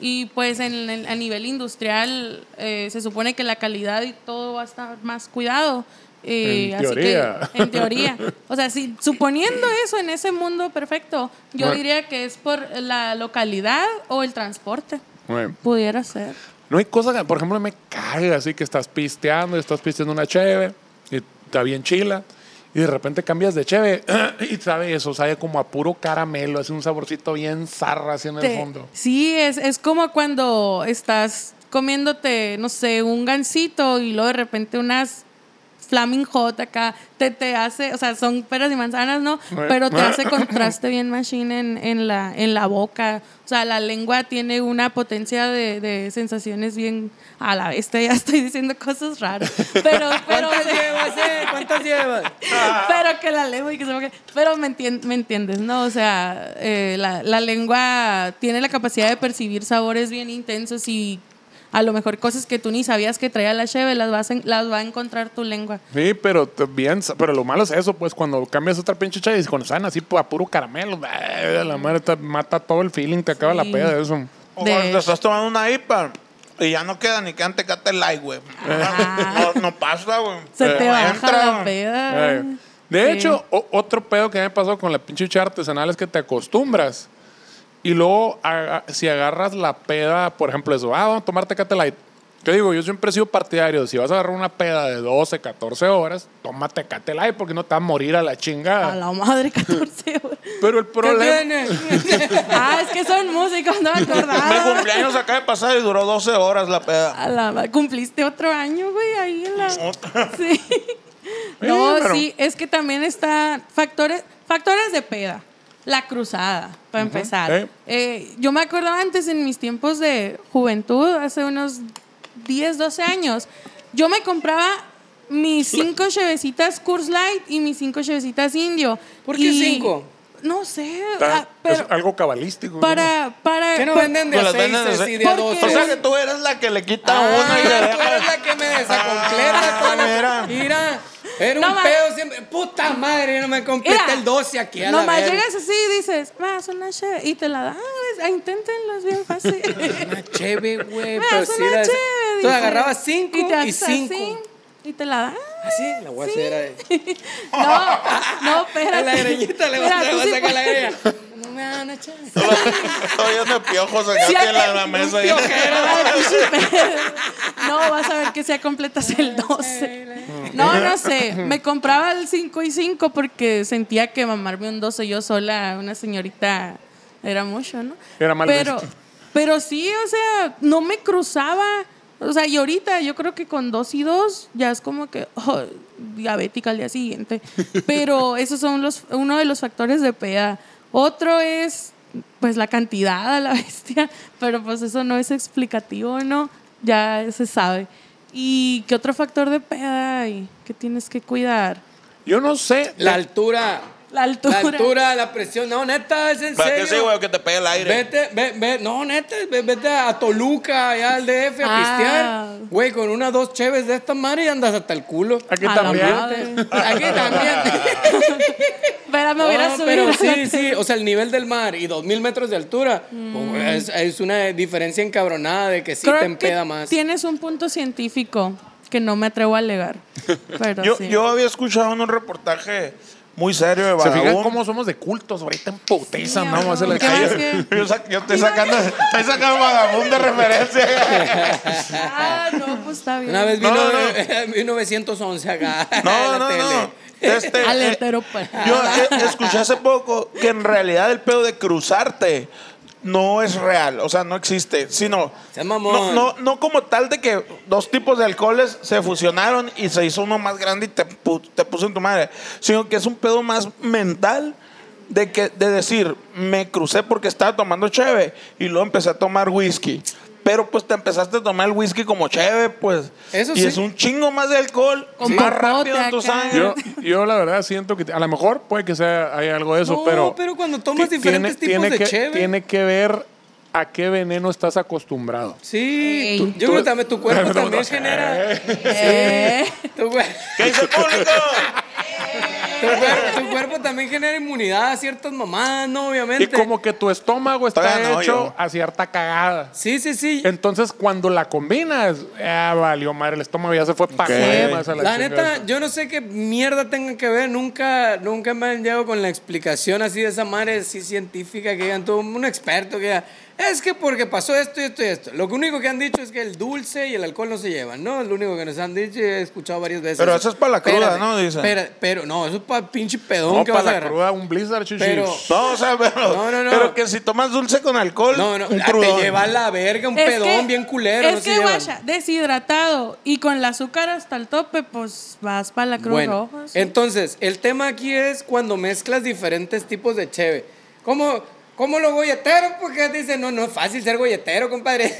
Speaker 3: Y pues en, en- a nivel industrial eh, se supone que la calidad y todo va a estar más cuidado. Eh,
Speaker 1: En
Speaker 3: así
Speaker 1: teoría.
Speaker 3: que, en teoría. O sea, si, suponiendo eso en ese mundo perfecto, yo
Speaker 1: Bueno.
Speaker 3: diría que es por la localidad o el transporte.
Speaker 1: Bueno,
Speaker 3: Pudiera ser.
Speaker 1: no hay cosa que, por ejemplo, me caga así que estás pisteando, estás pisteando una cheve, y está bien chila, y de repente cambias de cheve, y sabe eso, sabe como a puro caramelo, hace un saborcito bien zarra así en el
Speaker 3: Te-
Speaker 1: fondo.
Speaker 3: Este, Sí, es, es como cuando estás comiéndote, no sé, un gansito y luego de repente unas flaming hot acá, te, te hace, o sea, son peras y manzanas, ¿no?
Speaker 1: Eh,
Speaker 3: Pero te hace contraste bien machine en, en, la, en la boca. O sea, la lengua tiene una potencia de, de sensaciones bien a la bestia. Ya estoy diciendo cosas raras. Pero, pero,
Speaker 4: ¿Cuántas llevas, eh? ¿Cuántas llevas?
Speaker 3: pero que la lengua y que se me- Pero me, entien- me entiendes, ¿no? O sea, eh, la, la lengua tiene la capacidad de percibir sabores bien intensos y a lo mejor cosas que tú ni sabías que traía la cheve las, vas a en- las va a encontrar tu lengua.
Speaker 1: Sí, pero bien, pero lo malo es eso, pues cuando cambias otra pinche chave y cuando están así pues, a puro caramelo, ay, la madre te mata todo el feeling, te acaba la
Speaker 3: Sí.
Speaker 1: peda de eso.
Speaker 2: O
Speaker 3: De
Speaker 2: cuando te
Speaker 3: hecho.
Speaker 2: estás tomando una IPA y ya no queda ni quedan tecate light, güey.
Speaker 3: Ah.
Speaker 2: No, no pasa, güey.
Speaker 3: Se te
Speaker 2: No
Speaker 3: baja
Speaker 2: entra,
Speaker 3: la
Speaker 2: güey.
Speaker 3: peda.
Speaker 1: Eh, De
Speaker 3: Ah, Sí.
Speaker 1: hecho, o- otro pedo que me pasó con la pinche chava artesanal es que te acostumbras. Y luego, aga- si agarras la peda, por ejemplo, eso, ah, vamos a tomar Tecate Light. Yo digo, yo siempre he sido partidario, si vas a agarrar una peda de 12, 14 horas, toma Tecate Light porque no te vas a morir a la chingada.
Speaker 3: A la madre, 14 horas.
Speaker 1: Pero el
Speaker 4: ¿Qué
Speaker 1: problema...
Speaker 4: tiene?
Speaker 3: ah, es que son músicos, no me
Speaker 2: Mi
Speaker 3: acordaba.
Speaker 2: cumpleaños acaba de pasar y duró 12 horas la peda.
Speaker 3: A la ma- cumpliste otro año, güey, ahí en la. Sí. No,
Speaker 1: Sí, pero-
Speaker 3: sí, es que también está factores, factores de peda. La cruzada, para empezar.
Speaker 1: sí.
Speaker 3: Eh, yo me acordaba antes en mis tiempos de juventud, hace unos 10, 12 años, yo me compraba mis cinco chevecitas Curse Light y mis cinco chevecitas Indio.
Speaker 4: ¿Por qué
Speaker 3: Y-
Speaker 4: cinco?
Speaker 3: No sé,
Speaker 1: Está-
Speaker 3: ah, pero
Speaker 1: es algo cabalístico.
Speaker 3: para, para...
Speaker 4: ¿Qué no
Speaker 3: pa-
Speaker 4: venden de
Speaker 2: Pues las venden
Speaker 4: aceite
Speaker 2: así.
Speaker 4: y de a
Speaker 3: ¿Por
Speaker 4: dos?
Speaker 3: qué?
Speaker 2: O sea que tú eres la que le quita
Speaker 4: Ah,
Speaker 2: uno y le
Speaker 4: tú eres
Speaker 2: deja.
Speaker 4: la que me
Speaker 3: Ah,
Speaker 4: desacompleta toda la-
Speaker 2: mira.
Speaker 4: Mira, era
Speaker 3: No
Speaker 4: un
Speaker 3: más.
Speaker 4: pedo siempre. Puta madre, no me completa
Speaker 3: Mira,
Speaker 4: el 12 aquí a la
Speaker 3: Nomás
Speaker 4: verga.
Speaker 3: llegas así y dices, vas una cheve, y te la dan, es- ah, inténtenlo, es bien fácil.
Speaker 4: Una cheve,
Speaker 3: Me
Speaker 4: güey. Pero
Speaker 3: das
Speaker 4: sí
Speaker 3: una
Speaker 4: la-
Speaker 3: cheve.
Speaker 4: Tú
Speaker 3: dices,
Speaker 4: agarrabas cinco y,
Speaker 3: haces
Speaker 4: cinco.
Speaker 3: así, y te la dan.
Speaker 4: Así, la voy a
Speaker 3: Sí.
Speaker 4: hacer ahí.
Speaker 3: No, no, espérate.
Speaker 4: A la greñita le vas
Speaker 3: Mira,
Speaker 4: a le
Speaker 3: tú
Speaker 4: vas a
Speaker 3: sí
Speaker 4: sacar la
Speaker 3: puedes.
Speaker 4: greña. No me dan una cheve.
Speaker 2: Estoy lleno de piojos acá
Speaker 3: Sí,
Speaker 2: aquí en la,
Speaker 3: acá-
Speaker 2: la mesa.
Speaker 4: un piojero.
Speaker 3: No, vas a ver que sea completas el 12. No, no sé. Me compraba el 5 y 5 porque sentía que mamarme un 12 yo sola, una señorita, era mucho, ¿no?
Speaker 1: Era mal
Speaker 3: pero,
Speaker 1: visto.
Speaker 3: pero sí, o sea, no me cruzaba. O sea, y ahorita yo creo que con 2 y 2 ya es como que oh, diabética al día siguiente. Pero esos son los, uno de los factores de peda. Otro es pues la cantidad a la bestia, pero pues eso no es explicativo, ¿no? Ya se sabe. ¿Y qué otro factor de peda hay que tienes que cuidar?
Speaker 1: Yo no sé.
Speaker 4: La altura.
Speaker 3: La
Speaker 4: La
Speaker 3: altura.
Speaker 4: altura, la presión. No, neta, es en
Speaker 2: ¿Para
Speaker 4: serio.
Speaker 2: qué sí, güey? Que te pegue el aire.
Speaker 4: Vete, ve, ve- no, neta, ve- vete a Toluca, allá al DF, a
Speaker 3: Ah.
Speaker 4: pistear. Güey, con unas dos cheves de esta madre y andas hasta el culo.
Speaker 1: Aquí
Speaker 3: A la madre.
Speaker 1: también.
Speaker 4: Aquí también.
Speaker 3: Espera, me hubiera
Speaker 4: No,
Speaker 3: subido.
Speaker 4: Ah, Oh, pero sí, sí, o sea, el nivel del mar y dos mil metros de altura pues, es, es una diferencia encabronada de que sí
Speaker 3: Mm. Creo
Speaker 4: te
Speaker 3: que
Speaker 4: empeda más.
Speaker 3: Tienes un punto científico que no me atrevo a alegar. Pero
Speaker 2: Yo,
Speaker 3: sí.
Speaker 2: yo había escuchado en un reportaje muy serio de
Speaker 1: ¿Se fijan
Speaker 2: Badabun.
Speaker 1: cómo somos de cultos ahorita en putiza?
Speaker 3: Sí,
Speaker 1: no, vamos a hacer la
Speaker 3: ¿Qué más que-
Speaker 2: Yo, sa- yo estoy sacando, estoy sacando Badabun de referencia.
Speaker 3: Ah, no, pues está bien.
Speaker 4: Una vez
Speaker 2: No,
Speaker 4: vino,
Speaker 2: no, no.
Speaker 4: en 1911 acá.
Speaker 2: No,
Speaker 4: en la
Speaker 2: no, no. Este, eh,
Speaker 3: Al heteropa-
Speaker 2: Yo eh, escuché hace poco que en realidad el pedo de cruzarte no es real, o sea, no existe, sino
Speaker 4: Seas
Speaker 2: no,
Speaker 4: mamón.
Speaker 2: no, no como tal de que dos tipos de alcoholes se fusionaron y se hizo uno más grande y te, pu- te puso en tu madre, sino que es un pedo más mental de que de decir, me crucé porque estaba tomando cheve y luego empecé a tomar whisky. Pero pues te empezaste a tomar el whisky como cheve, pues.
Speaker 4: Eso
Speaker 2: y
Speaker 4: sí.
Speaker 2: es un chingo más de alcohol,
Speaker 3: Con
Speaker 2: más
Speaker 3: popote
Speaker 2: rápido en tu
Speaker 3: acá.
Speaker 2: sangre.
Speaker 1: Yo, yo la verdad siento que a lo mejor puede que sea hay algo de eso,
Speaker 4: No,
Speaker 1: pero
Speaker 4: pero cuando tomas
Speaker 1: ti-
Speaker 4: diferentes tipos de
Speaker 1: que,
Speaker 4: cheve.
Speaker 1: tiene que ver a qué veneno estás acostumbrado.
Speaker 4: Sí,
Speaker 3: Ey.
Speaker 4: tú- yo creo que también tu cuerpo también genera.
Speaker 3: Eh,
Speaker 4: Tu, cuer-
Speaker 2: ¿Qué dice el público?
Speaker 4: tu cuer- tu cuerpo también genera inmunidad a ciertas mamadas, ¿no? Obviamente.
Speaker 1: Y como que tu estómago está
Speaker 2: Todavía no,
Speaker 1: hecho
Speaker 2: yo.
Speaker 1: a cierta cagada.
Speaker 4: Sí, sí, sí.
Speaker 1: Entonces cuando la combinas, ah, valió madre, el estómago ya se fue para más a
Speaker 4: La,
Speaker 1: la, chingada.
Speaker 4: neta, yo no sé qué mierda tenga que ver, nunca, nunca me han llegado con la explicación así de esa madre así científica que digan todo un experto que diga, es que porque pasó esto y esto y esto. Lo que único que han dicho es que el dulce y el alcohol no se llevan, ¿no? Es lo único que nos han dicho y he escuchado varias veces.
Speaker 2: Pero eso es pa' la cruda,
Speaker 4: Espérate,
Speaker 2: ¿no? Dicen.
Speaker 4: espérate, pero no, eso es para pinche pedón
Speaker 1: No,
Speaker 4: que vas
Speaker 1: para
Speaker 4: a
Speaker 1: la
Speaker 4: agarrar.
Speaker 1: cruda un blizzard, chichi.
Speaker 4: Pero-
Speaker 2: No, o sea, pero,
Speaker 4: No, no, no.
Speaker 2: pero que si tomas dulce con alcohol,
Speaker 4: No, no,
Speaker 2: un
Speaker 4: ah,
Speaker 2: crudón.
Speaker 4: te lleva a la verga un
Speaker 3: es
Speaker 4: pedón
Speaker 3: que-
Speaker 4: bien culero.
Speaker 3: Es
Speaker 4: no se
Speaker 3: que,
Speaker 4: llevan.
Speaker 3: guacha, deshidratado y con el azúcar hasta el tope, pues vas para la Cruz
Speaker 4: Bueno,
Speaker 3: Roja. sí.
Speaker 4: entonces, el tema aquí es cuando mezclas diferentes tipos de cheve. ¿Cómo, cómo los golleteros? Porque dicen, no, no es fácil ser golletero, compadre.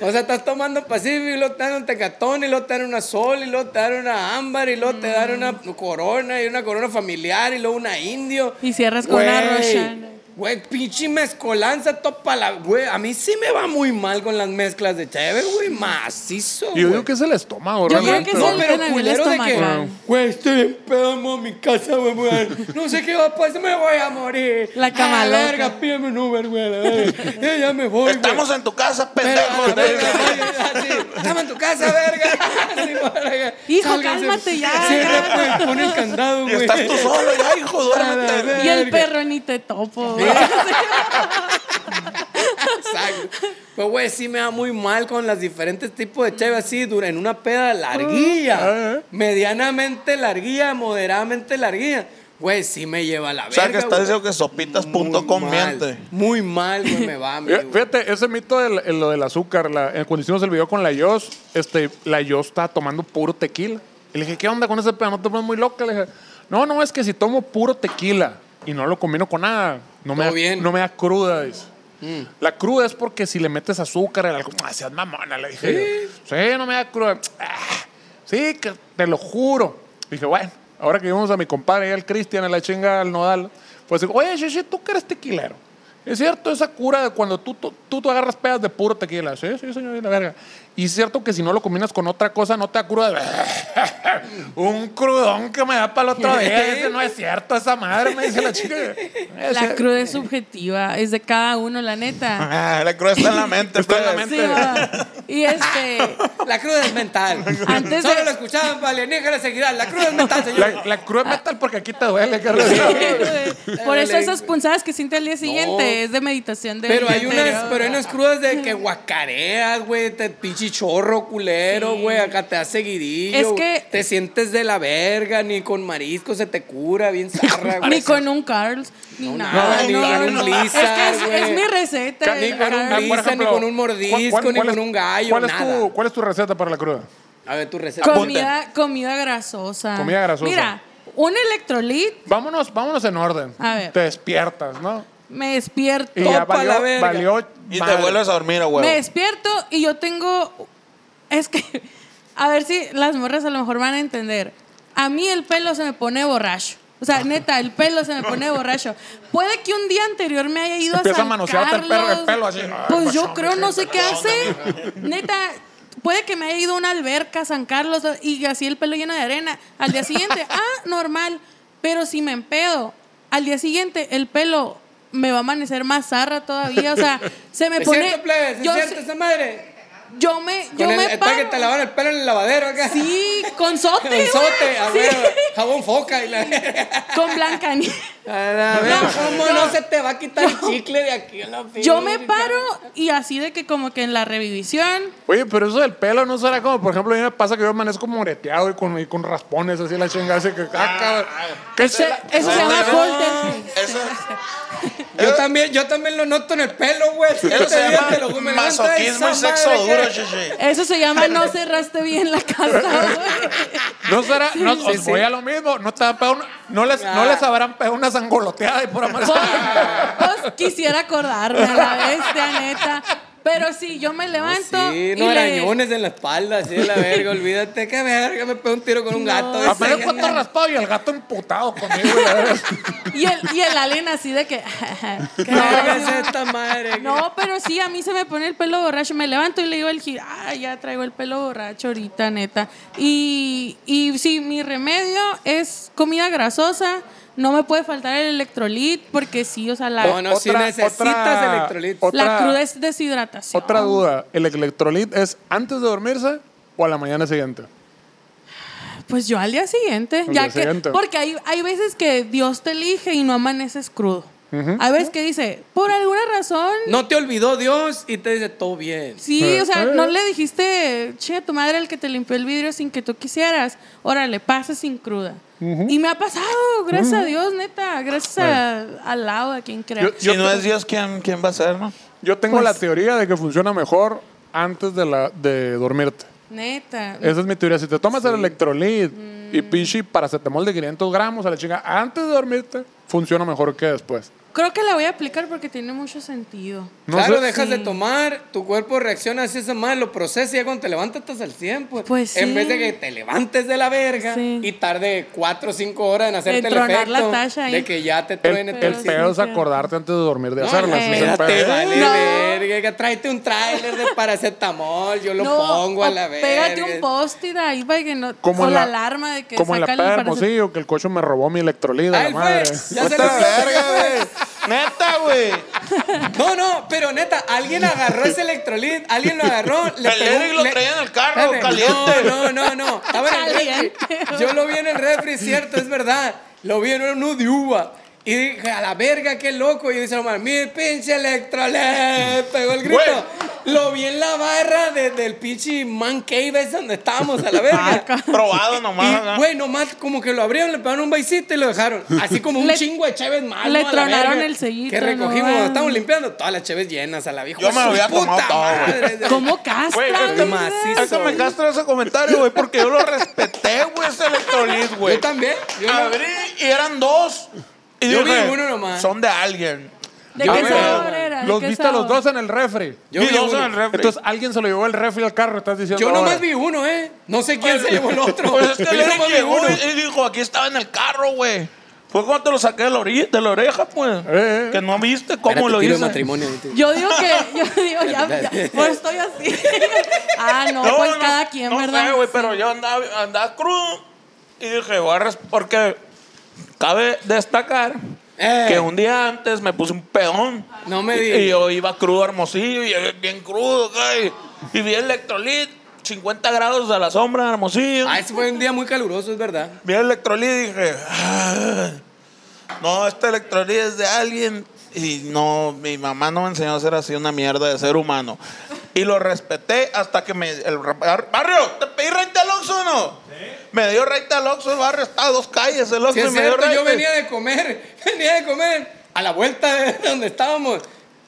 Speaker 4: o sea, estás tomando Pacífico y luego te dan un tecatón, y luego te dan una sol, y luego te dan una ámbar, y luego te dan una corona, y una corona familiar, y luego una indio.
Speaker 3: Mm. Y cierras con una
Speaker 4: Güey,
Speaker 3: Rochana.
Speaker 4: Güey, pinche mezcolanza topa la. Güey, a mí sí me va muy mal con las mezclas de cheve, güey. Macizo.
Speaker 1: Y yo
Speaker 4: güey.
Speaker 1: digo que es el estómago,
Speaker 3: Yo creo
Speaker 1: realmente,
Speaker 3: que es
Speaker 4: No,
Speaker 3: el
Speaker 1: güey.
Speaker 4: pero
Speaker 3: canal del
Speaker 4: culero de que,
Speaker 3: estómago.
Speaker 4: güey, estoy bien pedo amo mi casa, güey, güey. No sé qué va a pasar, me voy a morir.
Speaker 3: La cama
Speaker 4: A
Speaker 3: loca.
Speaker 4: verga, pídeme un Uber, güey. a la verga. Ya, ya me voy, güey.
Speaker 2: Estamos en tu casa,
Speaker 4: Pero a
Speaker 2: pendejo.
Speaker 4: la verga, sí, así, Estamos en tu casa, verga. Así, verga.
Speaker 3: Hijo, cálmate ya,
Speaker 4: Cierra,
Speaker 3: ya.
Speaker 4: pues, pon el candado,
Speaker 2: Y
Speaker 4: güey.
Speaker 2: estás tú solo, ya, hijo,
Speaker 4: A la
Speaker 2: duérmete.
Speaker 4: verga.
Speaker 3: Y el perro ni te topo. güey.
Speaker 4: Exacto. Pues, güey, sí me da muy mal con las diferentes tipos de cheve así, dura en una peda
Speaker 2: Ah, eh.
Speaker 4: larguilla, medianamente larguilla, moderadamente larguilla. Güey, sí me lleva a la
Speaker 2: O
Speaker 4: verga.
Speaker 2: sea, que estás
Speaker 4: güey.
Speaker 2: diciendo que sopitas.com
Speaker 4: Muy
Speaker 2: miente.
Speaker 4: mal, Muy mal, güey, me va, mi
Speaker 1: Fí-
Speaker 4: güey.
Speaker 1: Eh, Fíjate, ese mito del, el- lo del azúcar, la- eh, cuando hicimos el video con la Yos, este, la Yos estaba tomando puro tequila. Y le dije, ¿qué onda con ese pedo? No te pones muy loca. Le dije, no, no, es que si tomo puro tequila y no lo combino con nada, no, me
Speaker 4: Todo
Speaker 1: da,
Speaker 4: bien. Mm.
Speaker 1: no me da cruda. dice. La cruda es porque si le metes azúcar, el alcohol, ah, seas mamona, le dije. Sí, no me da cruda. Ah, sí, que te lo juro. Dije, bueno, ahora que vimos a mi compadre, al Cristian, a la chinga, al Nodal, pues digo, oye, Shishi, tú que eres tequilero. Es cierto, esa cura de cuando tú, tú, tú te agarras pedas de puro tequila. Sí, sí, señor, y la verga. Y es cierto que si no lo combinas con otra cosa, no te da cruda. de- Un crudón que me da para el otro día. Dice, no es cierto, esa madre, me dice la chica.
Speaker 3: La cruda es subjetiva, es de cada uno, la neta.
Speaker 2: Ah, la cruz está en la mente. pues.
Speaker 1: Está en la
Speaker 2: plebes.
Speaker 1: mente.
Speaker 3: Sí, va. Y este,
Speaker 4: La cruda es mental.
Speaker 3: Antes
Speaker 4: Solo
Speaker 3: de-
Speaker 4: lo escuchaban para alienígenas seguirán. La cruda es mental, señor.
Speaker 1: La, la cruda es metal porque aquí te duele, carnal.
Speaker 3: por eso esas punzadas que siente al día siguiente
Speaker 4: No.
Speaker 3: es de meditación de
Speaker 4: Pero hay, unas, pero hay unas crudas de que guacareas, güey, te pinche chorro culero,
Speaker 3: Sí.
Speaker 4: güey, acá te hace guirillo.
Speaker 3: Es que-
Speaker 4: Te sientes de la verga, ni con marisco se te cura, bien zarra, güey.
Speaker 3: Ni con un Carls, ni nada.
Speaker 4: nada, ni con un Lisa,
Speaker 3: Es que es- es,
Speaker 4: güey.
Speaker 3: mi receta.
Speaker 4: Ni
Speaker 3: el
Speaker 4: con un
Speaker 3: Carl's.
Speaker 4: Lisa, ni con un mordisco, ni con un gallo,
Speaker 1: ¿cuál es,
Speaker 4: nada.
Speaker 1: tu, ¿Cuál es tu receta para la cruda?
Speaker 4: A ver, tu receta.
Speaker 3: Comida, comida grasosa.
Speaker 1: Comida grasosa.
Speaker 3: Mira, un electrolit
Speaker 1: Vámonos, vámonos en orden.
Speaker 3: A ver.
Speaker 1: Te despiertas, ¿no?
Speaker 3: me despierto.
Speaker 1: Y ya
Speaker 4: Topa la
Speaker 1: valió,
Speaker 4: verga.
Speaker 1: valió
Speaker 2: Y te
Speaker 1: madre.
Speaker 2: vuelves a dormir, a huevo.
Speaker 3: Me despierto y yo tengo. Es que. A ver si las morras a lo mejor van a entender. A mí el pelo se me pone borracho. O sea, neta, el pelo se me pone borracho. Puede que un día anterior me haya ido
Speaker 1: Empieza
Speaker 3: a
Speaker 1: a
Speaker 3: San
Speaker 1: manosearte el perro, el
Speaker 3: Carlos.
Speaker 1: pelo así.
Speaker 3: Pues
Speaker 1: Ay,
Speaker 3: yo
Speaker 1: macho,
Speaker 3: creo,
Speaker 1: mi
Speaker 3: no
Speaker 1: gente,
Speaker 3: sé qué hace. Neta, puede que me haya ido a una alberca a San Carlos y así el pelo lleno de arena. Al día siguiente, ah, normal. Pero si me empedo, al día siguiente el pelo me va a amanecer más zarra todavía. O sea, se me
Speaker 4: ¿Es
Speaker 3: pone.
Speaker 4: cierto, plebes? ¿Es
Speaker 3: yo,
Speaker 4: cierto
Speaker 3: se-
Speaker 4: esa madre?
Speaker 3: yo me,
Speaker 4: Con
Speaker 3: yo
Speaker 4: el,
Speaker 3: me
Speaker 4: el pa' que te
Speaker 3: paro.
Speaker 4: lavan el pelo en el lavadero acá.
Speaker 3: Sí, con sote.
Speaker 4: El
Speaker 3: güey.
Speaker 4: sote, a
Speaker 3: Sí,
Speaker 4: ver, jabón foca y la...
Speaker 3: Con blanca
Speaker 4: A la ver,
Speaker 3: No,
Speaker 4: ¿cómo
Speaker 3: no.
Speaker 4: no, se te va a quitar el chicle de aquí a la
Speaker 3: Yo me
Speaker 4: verga?
Speaker 3: paro y así de que como que en la revisión.
Speaker 1: Oye, pero eso del pelo no será como, por ejemplo, a mí me pasa que yo amanezco moreteado y con, y con raspones así la chingada, así que caca. ¿Qué se-
Speaker 4: Ah,
Speaker 3: Eso se llama
Speaker 2: no.
Speaker 3: poltergeist.
Speaker 2: Eso,
Speaker 4: Yo también, yo también lo noto en el pelo, güey.
Speaker 2: eso
Speaker 4: Este
Speaker 2: se
Speaker 4: día te lo-
Speaker 2: llama
Speaker 4: me levanto
Speaker 2: masoquismo
Speaker 4: esa
Speaker 2: y sexo
Speaker 4: madre
Speaker 2: duro,
Speaker 4: que-
Speaker 2: chichi.
Speaker 3: Eso se llama no cerraste bien la casa, güey.
Speaker 1: No será, no, os
Speaker 4: sí.
Speaker 1: voy a lo mismo, no te va a pegar una- no les, no les habrán pegado una zangoloteada y por amanecer.
Speaker 3: Pues, pues, quisiera acordarme a la bestia, neta. Pero sí, yo me levanto.
Speaker 4: Sí,
Speaker 3: y
Speaker 4: no,
Speaker 3: le-
Speaker 4: arañones en la espalda, así de la verga, olvídate, que verga, me pego un tiro con un gato.
Speaker 3: No. Ah,
Speaker 4: dice.
Speaker 1: Apenas cuatro raspado y el gato emputado conmigo. y la verdad.
Speaker 3: Y el, y el alien así de que.
Speaker 4: ¿Qué verga es esta madre?
Speaker 3: No, pero sí, a mí se me pone el pelo borracho. Me levanto y le digo al gil, ah, ya traigo el pelo borracho ahorita, neta. Y, y sí, mi remedio es comida grasosa. No me puede faltar el electrolit porque sí, o sea, la,
Speaker 4: No, no, si
Speaker 1: Otra-
Speaker 4: necesitas
Speaker 1: otra-
Speaker 4: electrolitos.
Speaker 1: otra-
Speaker 3: la cruda es deshidratación.
Speaker 1: Otra duda, ¿el electrolit es antes de dormirse o a la mañana siguiente?
Speaker 3: Pues yo al día siguiente.
Speaker 1: Al
Speaker 3: ya
Speaker 1: día
Speaker 3: que,
Speaker 1: siguiente.
Speaker 3: Porque hay, hay veces que Dios te elige y no amaneces crudo. Hay veces que dice, por alguna razón,
Speaker 4: No te olvidó Dios y te dice todo bien.
Speaker 3: Sí, o sea,
Speaker 1: Eh.
Speaker 3: no le dijiste, che, a tu madre el que te limpió el vidrio sin que tú quisieras. Órale, pasa sin cruda. Y me ha pasado, gracias a Dios, neta. Gracias a, al lado, a quien crea.
Speaker 1: Eh. Yo-
Speaker 2: Si no es Dios, ¿quién, quién va a ser, no?
Speaker 1: Yo tengo
Speaker 3: Pues-
Speaker 1: la teoría de que funciona mejor antes de, la, de dormirte.
Speaker 3: neta.
Speaker 1: Esa es mi teoría. Si
Speaker 3: Mm.
Speaker 1: te tomas el electrolit y pichi paracetamol de 500 gramos a la chinga antes de dormirte, funciona mejor que después.
Speaker 3: Creo que la voy a aplicar porque tiene mucho sentido.
Speaker 1: No
Speaker 4: claro,
Speaker 1: sé-
Speaker 4: dejas de
Speaker 3: Sí.
Speaker 4: tomar, tu cuerpo reacciona así esa madre, lo procesa y ya cuando te levantas estás al 100, pues.
Speaker 3: Pues sí.
Speaker 4: En vez de que te levantes de la verga
Speaker 3: Sí. Eh,
Speaker 4: y tarde 4 o 5 horas en hacerte el
Speaker 3: tronar
Speaker 4: efecto
Speaker 3: la tacha ahí.
Speaker 4: de que ya te
Speaker 1: El,
Speaker 4: truene
Speaker 1: el
Speaker 4: todo
Speaker 3: pero
Speaker 4: así.
Speaker 3: sí
Speaker 1: pedo es
Speaker 3: funciona.
Speaker 1: acordarte antes de dormir de
Speaker 3: Ah,
Speaker 4: No,
Speaker 1: hacerlas. es el
Speaker 4: espérate,
Speaker 1: pedo.
Speaker 4: vale,
Speaker 3: No.
Speaker 4: verga, tráete un tráiler de paracetamol, yo lo pongo a
Speaker 3: o
Speaker 4: la verga.
Speaker 3: Pégate un post-it ahí para que no.
Speaker 1: Como
Speaker 3: o
Speaker 1: en
Speaker 3: la,
Speaker 1: la-
Speaker 3: alarma de que
Speaker 1: Como en la pues, peda
Speaker 3: saca
Speaker 1: de
Speaker 3: el paracetamol.
Speaker 1: Hermosillo, que el coche me robó mi electrolida, la
Speaker 4: Ahí fue,
Speaker 1: madre.
Speaker 4: ya se
Speaker 2: Puta
Speaker 4: lo-
Speaker 2: verga, güey. Neta, güey.
Speaker 4: No, no, pero neta, alguien agarró ese electrolit, alguien lo agarró, le
Speaker 2: El
Speaker 4: pegó un-
Speaker 2: Eric lo
Speaker 4: le-
Speaker 2: traía en el carro,
Speaker 4: Espérate,
Speaker 2: caliente.
Speaker 4: No, no, no, no. Estaba en el refri.
Speaker 3: Caliente.
Speaker 4: Yo lo vi en el refri, cierto, es verdad. Lo vi en uno de uva. Y dije, a la verga, qué loco. Y dice Omar, mi pinche electrolet. Pegó el grito. Lo vi en la barra de- del pinche man cave es donde estábamos, a la verga.
Speaker 2: Probado nomás. ¿no?
Speaker 4: Y, güey, nomás como que lo abrieron, le pegaron un baisito y lo dejaron. Así como un
Speaker 3: Le-
Speaker 4: chingo de cheves mal.
Speaker 3: le tronaron el sellito, Ah.
Speaker 4: Que recogimos,
Speaker 3: nomás.
Speaker 4: estamos limpiando todas las cheves llenas a la vieja.
Speaker 2: Yo me lo había
Speaker 4: ¡Puta
Speaker 2: tomado todo, güey.
Speaker 4: madre!
Speaker 3: ¿Cómo castra?
Speaker 2: Güey,
Speaker 3: vida?
Speaker 2: este
Speaker 4: macizo.
Speaker 2: Eso me castra ese comentario, güey, porque yo lo respeté, güey, ese electrolit, güey.
Speaker 4: Yo también. Yo no-
Speaker 2: Abrí y eran dos. Y
Speaker 4: Yo
Speaker 2: dije,
Speaker 4: vi uno nomás.
Speaker 2: Son de alguien.
Speaker 3: ¿De
Speaker 4: Yo
Speaker 3: qué
Speaker 4: me-
Speaker 3: sabor era? ¿De
Speaker 1: Los
Speaker 3: qué
Speaker 1: viste a los
Speaker 3: sabor?
Speaker 1: dos en el refri.
Speaker 4: Yo
Speaker 2: vi
Speaker 4: vi
Speaker 2: dos
Speaker 4: uno.
Speaker 2: en el refri.
Speaker 1: Entonces alguien se lo llevó el refri al carro, estás diciendo.
Speaker 4: Yo
Speaker 1: ahora.
Speaker 4: nomás vi uno, ¿eh? No sé quién se llevó el otro.
Speaker 2: Pues es que el
Speaker 4: Yo
Speaker 2: Eric
Speaker 4: nomás vi
Speaker 2: llegó
Speaker 4: uno.
Speaker 2: y y dijo, aquí estaba en el carro, güey. Fue cuando te lo saqué de la, orilla, de la oreja, pues.
Speaker 1: Eh, eh.
Speaker 2: Que no viste cómo lo
Speaker 4: Espérate, tiro de
Speaker 2: hice.
Speaker 4: matrimonio.
Speaker 3: Yo digo que, yo digo, ya, ya, pues estoy así. ah, no, pues cada quien,
Speaker 2: no
Speaker 3: ¿verdad?
Speaker 2: sé, güey, pero yo andaba, andaba crudo y dije, voy a res- porque cabe destacar
Speaker 4: Eh.
Speaker 2: que un día antes me puse un pedón.
Speaker 4: No me
Speaker 2: Y-
Speaker 4: digas.
Speaker 2: Y yo iba crudo, a hermosillo, y llegué bien crudo, güey. Y vi el electrolit, 50 grados a la sombra, hermosillo.
Speaker 4: Ah, ese fue un día muy caluroso, es verdad.
Speaker 2: Vi el electrolit y dije, "Ah, no, este electrolit es de alguien. Y no, mi mamá no me enseñó a ser así una mierda de ser humano. Y lo respeté hasta que me... El, ra- bar- barrio, te pedí renta al Oxxo, o ¿no? Me dio renta al Oxxo, el barrio está a dos calles, el Oxxo
Speaker 4: Sí,
Speaker 2: y
Speaker 4: es
Speaker 2: me dio
Speaker 4: cierto, yo
Speaker 2: renta.
Speaker 4: venía de comer, venía de comer a la vuelta de donde estábamos.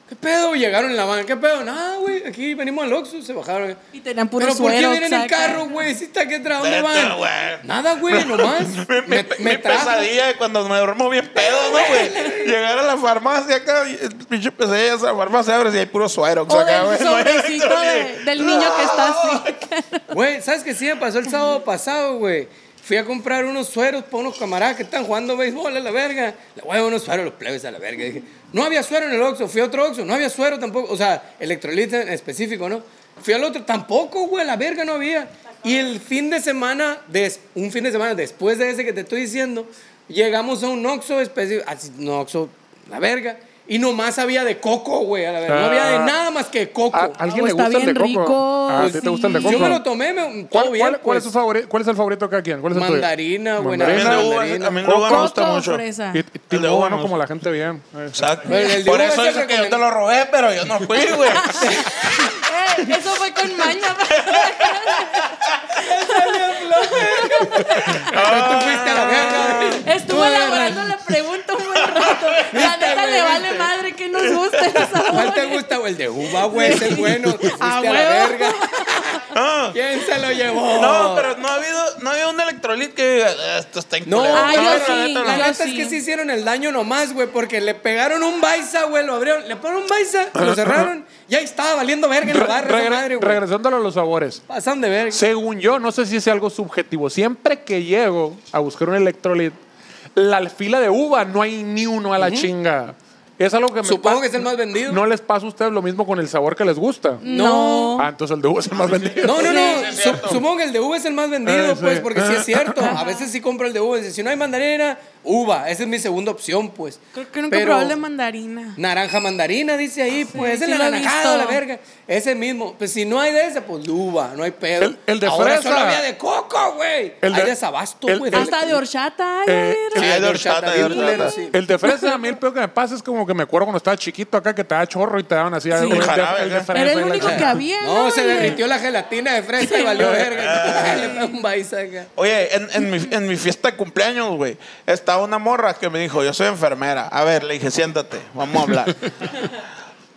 Speaker 4: ¿Qué pedo? Llegaron en la van, ¿qué pedo? Nada, güey, aquí venimos al Oxxo, se bajaron.
Speaker 3: Y tenían puro
Speaker 4: Pero ¿por qué
Speaker 3: suero,
Speaker 4: vienen en
Speaker 3: saca.
Speaker 4: carro, güey? Si está que tra,
Speaker 2: Vete,
Speaker 4: ¿dónde van?
Speaker 2: güey.
Speaker 4: Nada, güey, nomás.
Speaker 2: Mi, mi- mi
Speaker 4: trajo.
Speaker 2: pesadilla de cuando me duermo bien pedo, ¿no, güey? Llegar a la farmacia acá, y el pinche pesadilla, esa farmacia abre y hay puro suero.
Speaker 3: O
Speaker 2: acá,
Speaker 3: del
Speaker 2: güey, no hay
Speaker 3: sobrecito
Speaker 2: Electrolit.
Speaker 3: de- del niño que está así.
Speaker 4: Güey, ¿sabes qué sí me pasó el sábado pasado, güey? Fui a comprar unos sueros para unos camaradas que están jugando béisbol a la verga. Le voy a unos sueros a los plebes a la verga. Dije, no había suero en el Oxxo. Fui a otro Oxxo, no había suero tampoco. O sea, electrolito en específico, ¿no? Fui al otro, tampoco, güey, a la verga no había. Y el fin de semana, des- un fin de semana después de ese que te estoy diciendo, llegamos a un Oxxo específico. Así, un Oxxo, la verga. Y nomás había de coco, güey, a la verga. No había de
Speaker 1: Ah.
Speaker 4: nada más que coco.
Speaker 1: ¿A alguien
Speaker 3: Oh,
Speaker 1: le
Speaker 3: está
Speaker 1: gusta el de
Speaker 3: bien
Speaker 1: coco?
Speaker 3: rico,
Speaker 1: ¿A ti
Speaker 3: sí.
Speaker 1: Ah, te gusta el de coco?
Speaker 4: Yo me lo tomé, me,
Speaker 1: ¿Cuál,
Speaker 4: todo bien,
Speaker 1: cuál- cuál es tu
Speaker 4: pues.
Speaker 1: favorito? ¿Cuál es el favorito de cada quien? ¿Cuál es el tuyo?
Speaker 4: Mandarina, buena
Speaker 2: A mí
Speaker 1: Mandarina.
Speaker 2: el
Speaker 4: Fresa,
Speaker 2: de uva-
Speaker 4: mandarina.
Speaker 2: a mí el de uva me gusta
Speaker 3: Coco,
Speaker 2: mucho.
Speaker 3: fresa.
Speaker 1: Y, y
Speaker 2: El de
Speaker 1: tipo,
Speaker 2: uva
Speaker 1: no
Speaker 2: no
Speaker 1: como
Speaker 2: sé.
Speaker 1: la gente bien. Eh,
Speaker 2: Exacto.
Speaker 4: Bueno, el de
Speaker 2: Por
Speaker 4: uva
Speaker 2: eso
Speaker 4: es el
Speaker 2: dice que yo te
Speaker 4: recomendado.
Speaker 2: lo robé, pero yo no fui, güey.
Speaker 3: Eh, eso fue con maña.
Speaker 4: Pero tú fuiste a la verga.
Speaker 3: Estuvo elaborando la pregunta un buen rato. La neta le vale madre que nos guste el
Speaker 4: ¿Cuál te
Speaker 3: sabor.
Speaker 4: gusta? güey? El de uva, güey, ese es bueno. Te fuiste
Speaker 3: A
Speaker 4: a, la
Speaker 3: huevo.
Speaker 4: verga.
Speaker 2: Ah.
Speaker 4: ¿Quién se lo llevó?
Speaker 2: No, pero no ha habido, no ha habido un electrolit que diga, "Ah, esto está
Speaker 4: No,
Speaker 2: increíble.
Speaker 3: Ah, yo
Speaker 4: pero
Speaker 3: sí,
Speaker 4: la neta,
Speaker 3: yo
Speaker 4: la neta
Speaker 3: sí.
Speaker 4: es que se hicieron el daño nomás, güey, porque le pegaron un baisa, güey, lo abrieron, le ponen un baisa, lo cerraron y ahí estaba valiendo verga en la barra, esa
Speaker 1: regre-
Speaker 4: madre, güey.
Speaker 1: regresándolo a los sabores.
Speaker 4: Pasan de verga.
Speaker 1: Según yo, no sé si es algo subjetivo. Siempre que llego a buscar un electrolit, la fila de uva no hay ni uno a la chinga. Es algo que me
Speaker 4: Supongo
Speaker 1: pa-
Speaker 4: que es el más vendido.
Speaker 1: ¿No les pasa a ustedes lo mismo con el sabor que les gusta?
Speaker 3: No.
Speaker 1: Ah, entonces el de uva es el más vendido.
Speaker 4: No, no,
Speaker 3: Sí,
Speaker 4: no.
Speaker 3: sí, es
Speaker 4: Su-
Speaker 2: cierto.
Speaker 4: supongo que el de uva es el más vendido,
Speaker 1: Ah, sí.
Speaker 4: pues, porque sí es cierto. A veces sí compro el de uva. y Si no hay mandarina, uva. Esa es mi segunda opción, pues.
Speaker 3: Creo que nunca
Speaker 4: Pero
Speaker 3: probé el de mandarina.
Speaker 4: Naranja mandarina, dice ahí, pues.
Speaker 3: sí
Speaker 4: es el
Speaker 3: lo he
Speaker 4: naranjado, la
Speaker 3: visto.
Speaker 4: verga. Ese mismo. Pues si no hay de ese, pues de uva, no hay pedo.
Speaker 1: El- el de
Speaker 4: Ahora
Speaker 1: fresa.
Speaker 4: solo había de coco, güey.
Speaker 1: El
Speaker 4: Hay
Speaker 1: de-
Speaker 4: desabasto,
Speaker 1: el-
Speaker 4: güey.
Speaker 1: el-
Speaker 3: Hasta de horchata. ay, a
Speaker 1: Eh,
Speaker 3: ver.
Speaker 4: Sí,
Speaker 2: Ah,
Speaker 4: hay
Speaker 2: de
Speaker 4: de
Speaker 2: horchata,
Speaker 4: horchata,
Speaker 2: de
Speaker 4: bien culero,
Speaker 2: horchata.
Speaker 4: sí.
Speaker 1: El de fresa, a mí el peor que me pasa es como que me acuerdo cuando estaba chiquito acá que te daba chorro y te daban así. algo. El,
Speaker 2: jarabe,
Speaker 1: el
Speaker 2: ¿no?
Speaker 1: fresa
Speaker 3: Era el
Speaker 1: y la
Speaker 3: único
Speaker 1: chingada.
Speaker 3: que había.
Speaker 4: No, se
Speaker 3: Y-
Speaker 4: derritió la gelatina de fresa y valió verga. Le pegó un baisa acá.
Speaker 2: Oye, en, en mi, en mi fiesta de cumpleaños, güey, estaba una morra que me dijo, yo soy enfermera. A ver, le dije, siéntate, vamos a hablar.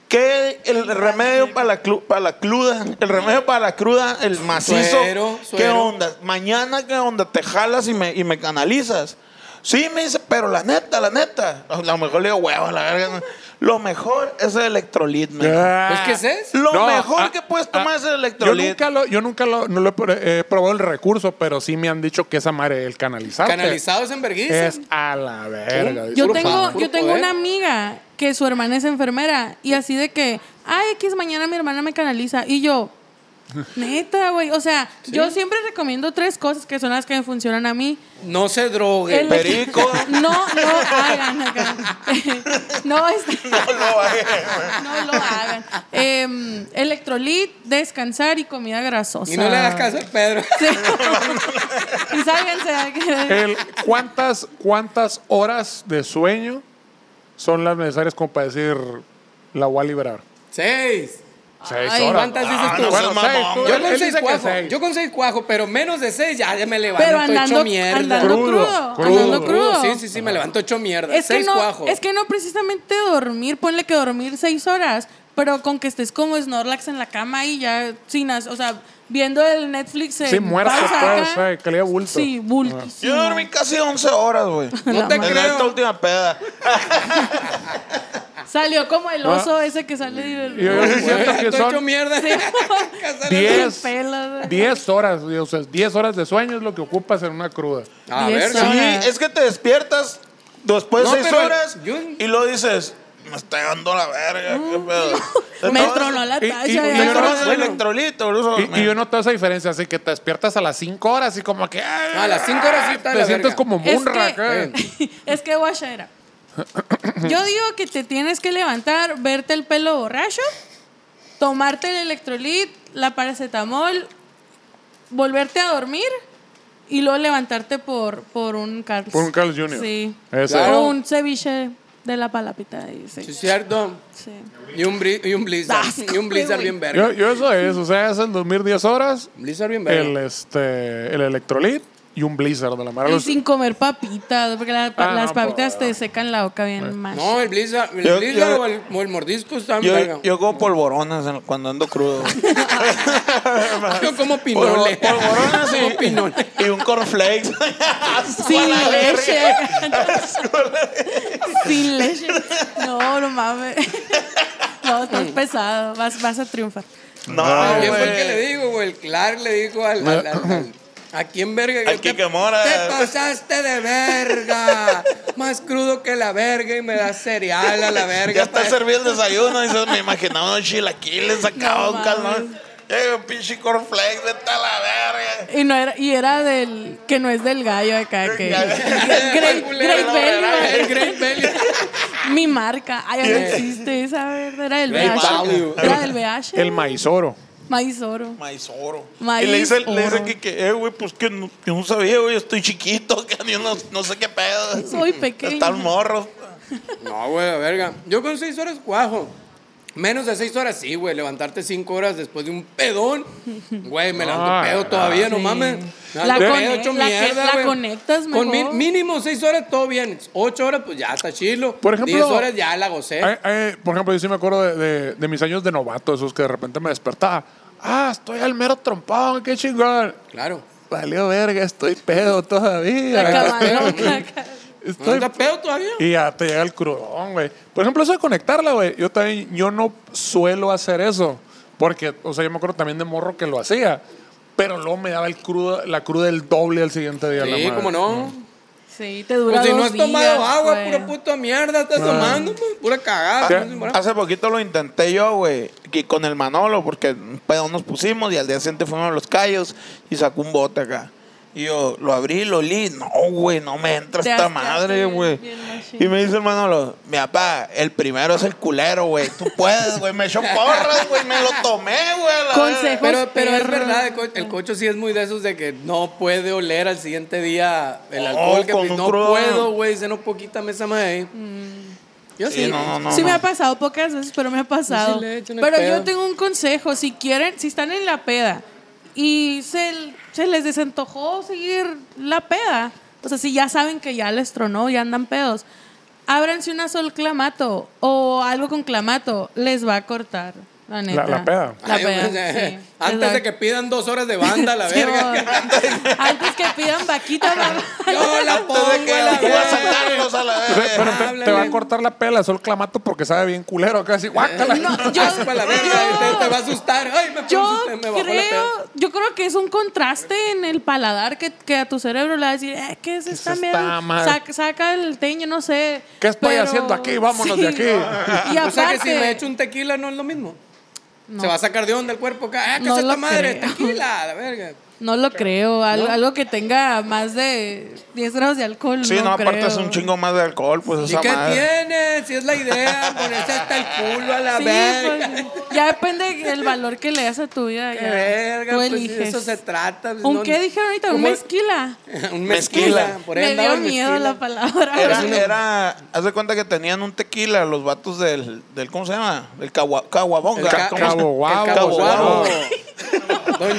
Speaker 2: ¿Qué el remedio para la, clu- para la cruda? El remedio para la cruda, el macizo.
Speaker 4: Suero,
Speaker 2: ¿Qué
Speaker 4: suero.
Speaker 2: onda? Mañana, ¿qué onda? Te jalas y me, y me canalizas. Sí, me dice, pero la neta, la neta. A lo mejor le digo, huevo, la verga. Lo mejor es el electrolit, me dijo.
Speaker 1: Ah.
Speaker 4: Pues, ¿qué es eso?
Speaker 2: Lo
Speaker 1: No,
Speaker 2: mejor
Speaker 1: ah,
Speaker 2: que puedes tomar
Speaker 1: ah,
Speaker 2: es el
Speaker 1: Yo
Speaker 2: electrolit.
Speaker 1: nunca lo, yo nunca lo, no lo he, pr- he probado el recurso, pero sí me han dicho que esa madre, el canalizante.
Speaker 4: Canalizados en vergüenza.
Speaker 1: Es a la verga.
Speaker 3: Yo
Speaker 4: Puro
Speaker 3: tengo,
Speaker 4: poder, puro
Speaker 3: yo tengo
Speaker 4: poder.
Speaker 3: una amiga que su hermana es enfermera y así de que, ay, X mañana mi hermana me canaliza y yo, neta, güey. O sea, yo siempre recomiendo tres cosas que son las que me funcionan a mí.
Speaker 4: No se drogue.
Speaker 3: El-
Speaker 2: Perico.
Speaker 3: No, no hagan acá. no, este-
Speaker 2: No lo hagas.
Speaker 3: no lo hagan. Em, electrolit, descansar y comida grasosa.
Speaker 4: Y no le hagas caso a Pedro.
Speaker 3: Sí. y sálganse. de aquí.
Speaker 1: El- ¿cuántas, ¿Cuántas horas de sueño son las necesarias como para decir la voy a liberar?
Speaker 4: Seis.
Speaker 1: Seis
Speaker 3: Ay,
Speaker 1: horas.
Speaker 4: ¿Cuántas dices
Speaker 2: Ah,
Speaker 4: tú?
Speaker 2: no
Speaker 1: Bueno,
Speaker 2: seas
Speaker 1: seis,
Speaker 2: mamón.
Speaker 1: tú-
Speaker 4: Yo
Speaker 1: él
Speaker 4: con seis
Speaker 1: dice que
Speaker 4: cuajo.
Speaker 1: seis.
Speaker 4: Yo con seis cuajo, pero menos de seis ya, ya me levanto
Speaker 3: Pero
Speaker 4: hecho
Speaker 3: andando,
Speaker 4: mierda.
Speaker 3: andando
Speaker 1: Crudo,
Speaker 3: crudo,
Speaker 1: crudo.
Speaker 3: andando crudo.
Speaker 4: Sí, sí, sí, me levanto hecho mierda.
Speaker 3: Es que,
Speaker 4: seis
Speaker 3: no,
Speaker 4: cuajos.
Speaker 3: es que no precisamente dormir, ponle que dormir seis horas, pero con que estés como Snorlax en la cama y ya sin, as- o sea, viendo el Netflix en
Speaker 1: Sí, muerto,
Speaker 3: pausa
Speaker 1: pues,
Speaker 3: acá.
Speaker 1: ay, que le dé bulto.
Speaker 3: Sí, bultísimo.
Speaker 2: Yo dormí casi 11 horas, güey.
Speaker 4: No te
Speaker 2: En esta
Speaker 4: creo.
Speaker 2: última peda.
Speaker 3: Salió como el oso
Speaker 1: Ah.
Speaker 3: ese que sale del...
Speaker 1: Yo, yo sí siento que
Speaker 4: Estoy hecho
Speaker 1: son
Speaker 4: mierda.
Speaker 1: diez,
Speaker 3: Sin pelos.
Speaker 1: diez horas, güey, o sea, diez horas de sueño es lo que ocupas en una cruda.
Speaker 4: A
Speaker 3: Diez
Speaker 4: ver,
Speaker 3: horas.
Speaker 4: sí.
Speaker 2: Sí, es que te despiertas después de
Speaker 4: No,
Speaker 2: seis
Speaker 4: pero
Speaker 2: horas
Speaker 4: yo-
Speaker 2: y lo dices, me está dando la verga, qué pedo.
Speaker 3: Me
Speaker 2: Entonces,
Speaker 3: tronó la
Speaker 1: y- y-
Speaker 3: tacha.
Speaker 1: y
Speaker 3: ya.
Speaker 2: me
Speaker 1: yo
Speaker 2: tronó
Speaker 1: no-
Speaker 2: el
Speaker 1: bueno.
Speaker 2: electrolito, boludo.
Speaker 1: Y, y yo noto esa diferencia, así que te despiertas a las cinco horas y como que... "Ah,
Speaker 4: No, a las cinco horas sí está de
Speaker 1: Te
Speaker 4: la
Speaker 1: sientes
Speaker 4: verga.
Speaker 1: como
Speaker 3: Es
Speaker 1: Munra acá.
Speaker 3: que, es que guacha era. Yo digo que te tienes que levantar, verte el pelo borracho, tomarte el electrolit, la paracetamol, volverte a dormir y luego levantarte por, por un Carl's.
Speaker 1: Por un Carl's Jr..
Speaker 3: Sí.
Speaker 1: Ese.
Speaker 3: O
Speaker 4: Claro.
Speaker 3: un ceviche de la palapita. y sí.
Speaker 4: Sí, es cierto.
Speaker 3: Sí.
Speaker 4: Y un, bri- y un Blizzard.
Speaker 3: Asco,
Speaker 4: y un Blizzard
Speaker 3: güey.
Speaker 4: bien verga.
Speaker 1: Yo, yo eso es, o sea, es el dormir 10 horas,
Speaker 4: Blizzard bien verga.
Speaker 1: el, este, el electrolit y un blizzard de la mar.
Speaker 3: Y
Speaker 1: Los-
Speaker 3: sin comer papitas, porque la-
Speaker 1: Ah,
Speaker 3: las
Speaker 1: no,
Speaker 3: papitas
Speaker 1: pues,
Speaker 3: te secan la boca bien más.
Speaker 4: No, el Blizzard, el
Speaker 2: Yo-
Speaker 4: Blizzard
Speaker 2: yo-
Speaker 4: o, el, o el mordisco está bien verga.
Speaker 2: Yo, yo como polvoronas en- cuando ando crudo.
Speaker 4: Yo como
Speaker 2: Polvo-
Speaker 4: pinole.
Speaker 2: polvoronas y-
Speaker 4: Como pinole.
Speaker 2: y un cornflakes.
Speaker 3: Sin leche. Sin leche. No, no mames. No, estás pesado. Vas, vas a triunfar.
Speaker 2: No,
Speaker 1: Ah,
Speaker 4: ¿Quién fue el que le
Speaker 2: Ah, güey.
Speaker 4: dijo, güey? El Clark le dijo al. al, al- al- ¿A quién verga?
Speaker 2: Al
Speaker 4: Yo te-
Speaker 2: Quique Mora.
Speaker 4: Te pasaste de verga. Más crudo que la verga y me das cereal a la verga.
Speaker 2: Ya está
Speaker 4: pa-
Speaker 2: servido el desayuno. Y dices, me imaginaba unos chilaquiles, sacaba
Speaker 3: No
Speaker 2: un
Speaker 3: mames.
Speaker 2: calón. Llega un pinche cornflakes, vete a la verga.
Speaker 3: Y no era, y era del que no es del gallo acá que.
Speaker 4: El
Speaker 3: Great,
Speaker 4: culero,
Speaker 3: Great Value,
Speaker 4: El Great Value.
Speaker 3: Mi marca. Ay, no existe esa verdad. Era del
Speaker 4: Great
Speaker 3: BH.
Speaker 4: Value.
Speaker 3: Era del BH.
Speaker 1: el maizoro.
Speaker 3: Maíz oro.
Speaker 2: Maíz oro.
Speaker 3: Maíz
Speaker 2: y le dice, le dice
Speaker 3: oro.
Speaker 2: que, que, eh, güey, pues que no, yo no sabía, güey, estoy chiquito, que yo no, no sé qué pedo.
Speaker 3: Soy pequeño.
Speaker 2: Está el morro.
Speaker 4: No, güey, la verga. Yo con seis horas cuajo. Menos de seis horas, sí, güey. Levantarte cinco horas después de un pedón. Güey, me levanto
Speaker 1: Ah,
Speaker 4: pedo todavía, no
Speaker 3: Sí.
Speaker 4: mames. Me
Speaker 3: La
Speaker 4: levanto
Speaker 3: cone-
Speaker 4: pedo, hecho
Speaker 3: la que- la
Speaker 4: güey.
Speaker 3: conectas
Speaker 4: Con mi-
Speaker 3: mejor.
Speaker 4: mínimo seis horas, todo bien. Ocho horas, pues ya está chilo.
Speaker 1: Por ejemplo-
Speaker 4: Diez horas ya la gocé.
Speaker 1: Ay, ay, por ejemplo, yo sí me acuerdo de, de- de mis años de novato, esos que de repente me despertaba. Ah, estoy al mero trompón, qué chingón.
Speaker 4: Claro.
Speaker 1: Valió verga, estoy pedo
Speaker 3: La
Speaker 1: todavía.
Speaker 3: camarota acá.
Speaker 1: Estoy
Speaker 4: ¿No está pedo todavía?
Speaker 1: Y ya te llega el crudón, güey. Por ejemplo, eso de conectarla, güey. Yo también, yo no suelo hacer eso. Porque, o sea, yo me acuerdo también de morro que lo hacía. Pero luego me daba el crudo, la cruda el doble al siguiente día. la
Speaker 4: Sí,
Speaker 1: madre.
Speaker 4: como no.
Speaker 3: Sí, te dura
Speaker 4: Pues si no
Speaker 3: dos
Speaker 4: has tomado
Speaker 3: días,
Speaker 4: agua,
Speaker 3: güey.
Speaker 4: pura puta mierda, estás tomando, pues, pura cagada.
Speaker 1: Ah,
Speaker 4: no sé,
Speaker 2: Hace poquito lo intenté yo, güey, que con el Manolo, porque un pedo nos pusimos y al día siguiente fuimos a los callos y sacó un bote acá. Y yo lo abrí, lo olí. No, güey, no me entra
Speaker 3: Te
Speaker 2: esta
Speaker 3: asqueaste
Speaker 2: madre,
Speaker 3: bien,
Speaker 2: güey.
Speaker 3: bien machín.
Speaker 2: Y me dice el Manolo, mi papá, el primero es el culero, güey. Tú puedes, güey. Me echó porras, güey. Me lo tomé, güey. a la
Speaker 3: Consejo.
Speaker 4: Pero, pero es
Speaker 3: perros.
Speaker 4: verdad, el, co- el cocho sí es muy de esos de que no puede oler al siguiente día el
Speaker 2: Oh,
Speaker 4: alcohol. que
Speaker 2: con
Speaker 4: pues,
Speaker 2: un
Speaker 4: no
Speaker 2: crudo.
Speaker 4: puedo, güey, dice no poquita mesa más ahí.
Speaker 3: Mm.
Speaker 4: Yo sí.
Speaker 2: Sí, no, no, no.
Speaker 3: sí me
Speaker 2: no.
Speaker 3: ha pasado pocas veces, pero me ha pasado.
Speaker 4: sí le echo en el
Speaker 3: pero
Speaker 4: pedo.
Speaker 3: yo tengo un consejo, si quieren, si están en la peda y se, se les desantojó seguir la peda, o sea, si ya saben que ya les tronó, ya andan pedos, ábranse una sol clamato o algo con clamato, les va a cortar. La neta.
Speaker 1: la peda.
Speaker 3: La
Speaker 4: Ay,
Speaker 3: peda,
Speaker 4: o sea,
Speaker 3: sí.
Speaker 4: Antes de que pidan dos horas de banda, la
Speaker 3: Sí,
Speaker 4: verga.
Speaker 3: o- Antes que pidan vaquita, mamá.
Speaker 4: Yo la pongo,
Speaker 2: Antes de que
Speaker 4: la
Speaker 2: voy a
Speaker 4: verga.
Speaker 2: saltarlos a
Speaker 1: O
Speaker 2: la
Speaker 1: sea,
Speaker 2: verga.
Speaker 1: pero te, te va a
Speaker 4: háblale.
Speaker 1: cortar la pela el sol clamato porque sabe bien culero. Acá así, guácala.
Speaker 3: No, yo,
Speaker 4: Asco a la verga,
Speaker 3: yo-
Speaker 4: te, te va a asustar. Ay, me,
Speaker 3: Yo
Speaker 4: asusté, me bajó la
Speaker 3: creo,
Speaker 4: peda.
Speaker 3: yo creo que es un contraste en el paladar que, que a tu cerebro le va a decir, eh, ¿qué es esta
Speaker 1: está
Speaker 3: mierda?
Speaker 1: mal.
Speaker 3: Saca, saca el teño, no sé.
Speaker 1: ¿Qué estoy haciendo aquí? Vámonos de aquí.
Speaker 3: Y aparte,
Speaker 4: O sea que si me echo un tequila no es lo mismo. Se va a sacar de onda el cuerpo acá. Ah, ¿qué
Speaker 3: No
Speaker 4: es esta
Speaker 3: lo
Speaker 4: madre?
Speaker 3: creo.
Speaker 4: Tequila, la verga.
Speaker 3: no lo creo, al- algo, que tenga más de 10 grados de alcohol.
Speaker 2: Sí, no, aparte
Speaker 3: creo.
Speaker 2: es un chingo más de alcohol, pues
Speaker 4: ¿Y
Speaker 2: esa
Speaker 4: qué
Speaker 2: madre.
Speaker 4: tiene? Si es la idea, ponerse hasta el culo a la
Speaker 3: Sí,
Speaker 4: verga.
Speaker 3: pues, ya depende del valor que le das a tu vida.
Speaker 4: Qué
Speaker 3: ya.
Speaker 4: verga,
Speaker 3: Tú
Speaker 4: pues
Speaker 3: eliges.
Speaker 4: de eso se trata. pues,
Speaker 3: ¿Un
Speaker 4: no-
Speaker 3: qué dijeron ahorita? ¿Un
Speaker 4: ¿Cómo?
Speaker 3: mezquila?
Speaker 4: Un
Speaker 2: Mezquila.
Speaker 4: mezquila. Por ahí
Speaker 3: Me
Speaker 4: andaba
Speaker 3: dio
Speaker 4: el
Speaker 3: miedo
Speaker 4: mezquila.
Speaker 3: la palabra.
Speaker 2: Era,
Speaker 3: pero-
Speaker 2: era, haz de cuenta que tenían un tequila los vatos del, del ¿cómo se llama? El cagua- caguabonga.
Speaker 4: El ca-
Speaker 2: ¿Cómo se-
Speaker 1: Cabo Guabo,
Speaker 4: El Cabo
Speaker 2: Guabo.
Speaker 4: Guabo. Don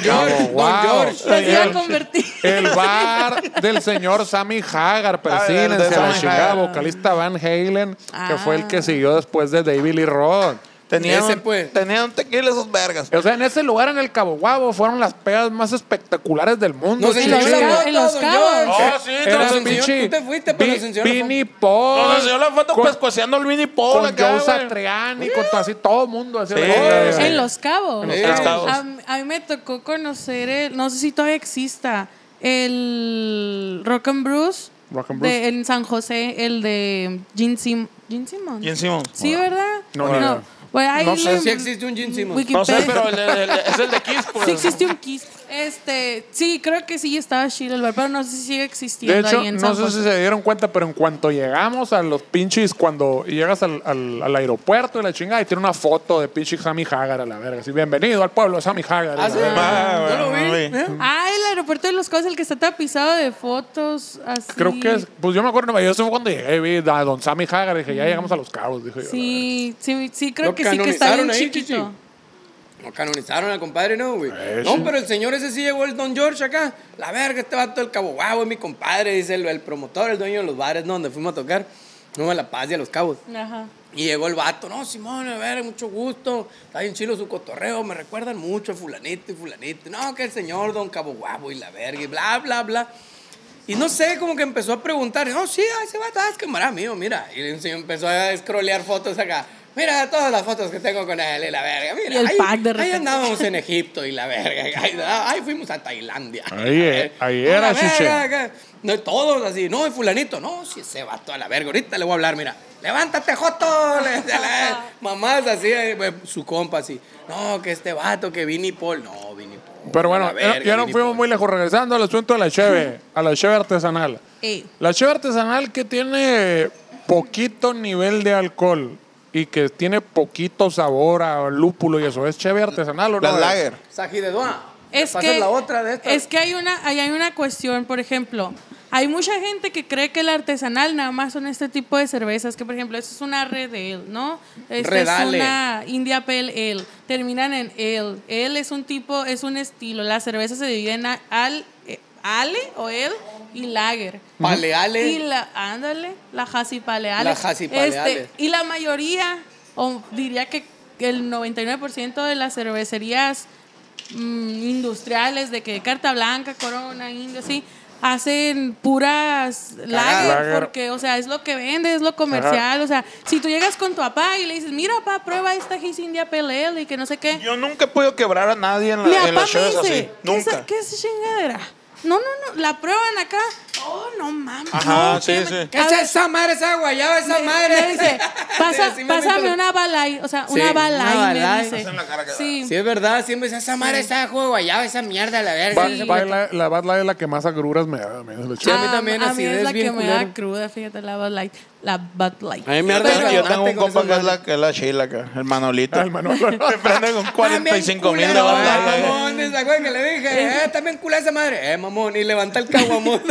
Speaker 1: Cabo
Speaker 4: George, Don
Speaker 1: Guabo.
Speaker 4: George.
Speaker 3: Las iba a
Speaker 1: El-
Speaker 3: convertir.
Speaker 1: El bar del señor Sammy Hagar,
Speaker 2: Ah, de- de
Speaker 1: persínense,
Speaker 2: Sammy
Speaker 1: la chingada,
Speaker 2: Hagar.
Speaker 1: vocalista Van Halen, que fue el
Speaker 3: Ah.
Speaker 1: que siguió después de David Lee Roth.
Speaker 2: Tenían,
Speaker 4: Ese,
Speaker 2: un-
Speaker 4: pues.
Speaker 2: tenían un tequila esos vergas.
Speaker 1: O sea, en ese lugar, en el Cabo Guabo, fueron las pedas más espectaculares del mundo.
Speaker 4: Nos
Speaker 1: sí,
Speaker 4: enseñó
Speaker 1: sí. Ah,
Speaker 4: la foto,
Speaker 3: En los
Speaker 4: Don
Speaker 3: cabos.
Speaker 4: George.
Speaker 2: Oh, sí, te
Speaker 1: Era
Speaker 4: nos
Speaker 1: el
Speaker 4: enseñó-
Speaker 1: pinche
Speaker 4: tú te fuiste, pero nos
Speaker 1: Vi-
Speaker 4: enseñó la foto.
Speaker 1: Vinnie Paul.
Speaker 2: Nos enseñó la foto
Speaker 1: con-
Speaker 2: pescueciando el mini Paul
Speaker 1: con
Speaker 2: acá,
Speaker 1: Joe
Speaker 2: güey.
Speaker 1: Satriani, con todo así, todo el mundo. así,
Speaker 2: Sí,
Speaker 1: la
Speaker 2: sí,
Speaker 1: chingada.
Speaker 2: sí.
Speaker 3: En Los Cabos.
Speaker 4: En Los En Los
Speaker 2: Cabos.
Speaker 3: A, mí- a mí me tocó conocer, el- no sé si todavía exista, el Rock and Bruce.
Speaker 1: Rock and Bruce.
Speaker 3: de- en San José, el de Gene, Sim- Gene Simmons.
Speaker 2: Gene Simmons.
Speaker 3: Sí, ¿verdad?
Speaker 1: No, ni idea.
Speaker 3: Bueno, ahí
Speaker 4: No sé
Speaker 3: le-
Speaker 4: si existe un Gene Simmons.
Speaker 3: Wikipedia.
Speaker 2: No sé, pero el- el- el- es el de Kiss, pues.
Speaker 3: Sí existe un Kiss. Este, sí, creo que sí estaba chido el bar, pero no sé si sigue existiendo
Speaker 1: De hecho,
Speaker 3: ahí en
Speaker 1: no
Speaker 3: San
Speaker 1: sé
Speaker 3: José.
Speaker 1: si se dieron cuenta, pero en cuanto llegamos a los pinches, cuando llegas al, al- al aeropuerto y la chingada, y tiene una foto de pinche Sammy Hagar a la verga. Así, bienvenido al pueblo de Sammy Hagar. a la
Speaker 4: Ah, sí.
Speaker 1: verga.
Speaker 2: Ah,
Speaker 4: Yo lo
Speaker 2: bueno,
Speaker 4: vi.
Speaker 2: no
Speaker 4: ¿eh?
Speaker 3: Ah, el aeropuerto de los Cabos, el que está tapizado de fotos, así.
Speaker 1: Creo que es, pues yo me acuerdo en Nueva York, eso fue cuando llegué, vi a don Sammy Hagar, dije, ya llegamos a los cabos, dije yo.
Speaker 3: Sí, sí, sí, creo
Speaker 4: Lo
Speaker 3: que sí que está bien
Speaker 4: canonizaron ahí,
Speaker 3: chiquito.
Speaker 4: Lo canonizaron al compadre, no, güey. No, pero el señor ese sí llegó el Don George acá. La verga, este vato del Cabo Guau, es mi compadre, dice el, el promotor, el dueño de los bares, ¿no? Donde fuimos a tocar. No, a La Paz y a Los Cabos.
Speaker 3: Ajá.
Speaker 4: Y llegó el vato, no, Simón, a ver, mucho gusto, está bien chilo su cotorreo, me recuerdan mucho a fulanito y fulanito, no, que el señor Don Cabo Guabo y la verga y bla, bla, bla. Y no sé, como que empezó a preguntar, no, sí, ah, ese vato ah, es camarada mío, mira. Y el señor empezó a scrollear fotos acá, mira todas las fotos que tengo con él y la verga, mira.
Speaker 3: Y el
Speaker 4: ahí,
Speaker 3: pack de
Speaker 4: ahí
Speaker 3: repente.
Speaker 4: andábamos en Egipto y la verga, ahí, ahí fuimos a Tailandia.
Speaker 1: Ahí, eh, ahí
Speaker 4: A la
Speaker 1: era, chiche.
Speaker 4: verga, acá. No, todos así, no, el fulanito, no, si ese vato a la verga, ahorita le voy a hablar, mira, levántate, Joto, le- le- le- mamás así, eh, eh, su compa así, no, que este vato, que Vinny Paul, no, Vinny Paul.
Speaker 1: Pero
Speaker 4: a
Speaker 1: bueno,
Speaker 4: la verga,
Speaker 1: ya- ya no
Speaker 4: Vinny
Speaker 1: fuimos
Speaker 4: Paul.
Speaker 1: muy lejos. Regresando al asunto de la cheve, a la cheve artesanal.
Speaker 3: Ey.
Speaker 1: La cheve artesanal que tiene poquito nivel de alcohol y que tiene poquito sabor a lúpulo y eso, ¿es cheve artesanal o no?
Speaker 2: La
Speaker 1: es?
Speaker 2: lager.
Speaker 4: Saji de Doa.
Speaker 3: Es
Speaker 4: Pasas
Speaker 3: que,
Speaker 4: la otra de estas.
Speaker 3: es que hay una, ahí hay una cuestión, por ejemplo, hay mucha gente que cree que el artesanal nada más son este tipo de cervezas, que por ejemplo, esto es una Red Ale, ¿no? Esta
Speaker 4: Redale.
Speaker 3: es una India Pale Ale, terminan en Ale. Ale es un tipo, es un estilo, la cerveza se divide en a- al, eh, ale o el y lager.
Speaker 4: Paleale.
Speaker 3: Y la, ándale, la Hasi Paleale.
Speaker 4: La Hasi Paleale.
Speaker 3: y la mayoría, o diría que el 99% de las cervecerías mm, industriales de que Carta Blanca, Corona, Indio, así, hacen puras lager,
Speaker 1: Lager.
Speaker 3: porque, o sea, es lo que vende, es lo comercial, o sea, si tú llegas con tu papá y le dices, mira, papá, prueba esta His India Pelel y que no sé qué,
Speaker 2: Yo nunca he podido quebrar a nadie en,
Speaker 3: mi
Speaker 2: la, en
Speaker 3: papá
Speaker 2: las
Speaker 3: me
Speaker 2: shows así.
Speaker 3: dice, ¿qué es,
Speaker 2: Nunca.
Speaker 3: qué es esa chingadera? No, no, no, la prueban acá, oh, no mames.
Speaker 2: Ajá,
Speaker 3: no,
Speaker 2: sí,
Speaker 3: que me-
Speaker 2: sí.
Speaker 4: ¿Qué es esa madre, esa guayaba, esa
Speaker 3: me-
Speaker 4: madre?
Speaker 3: Me dice, "Pasa-
Speaker 4: Sí, sí me
Speaker 3: pásame
Speaker 4: meto-
Speaker 3: una balay, o sea,
Speaker 4: Sí,
Speaker 3: una
Speaker 4: una
Speaker 3: balay, me
Speaker 4: balay.
Speaker 3: dice.
Speaker 2: Hacen la cara que-
Speaker 3: Sí.
Speaker 4: Sí, es verdad, siempre dice, esa madre, esa juego de guayaba, esa mierda, la verga.
Speaker 1: Va-
Speaker 4: esa-
Speaker 1: va la, la Bad Light es la que más agruras me da. a mí, es la
Speaker 4: Sí,
Speaker 1: cheve.
Speaker 4: a mí también
Speaker 3: Ah, a
Speaker 4: así
Speaker 3: mí es
Speaker 4: es
Speaker 3: la
Speaker 4: bien
Speaker 3: que me da
Speaker 4: culero.
Speaker 3: cruda, fíjate, la Bud Light. La Bud Light.
Speaker 4: A mí me arde
Speaker 3: Pero-
Speaker 4: el
Speaker 2: Yo
Speaker 4: Pero-
Speaker 2: tengo un
Speaker 4: con
Speaker 2: compa
Speaker 4: esas
Speaker 2: que es la,
Speaker 4: madres.
Speaker 2: que es la chila acá, el Manolito.
Speaker 1: El Manolo.
Speaker 2: Me prende con 45 mil de
Speaker 4: También
Speaker 2: banda,
Speaker 4: culero,
Speaker 2: güey.
Speaker 4: Mamón, esa güey que le dije, eh, también culé esa madre. Eh, mamón, y levanta el caguamón.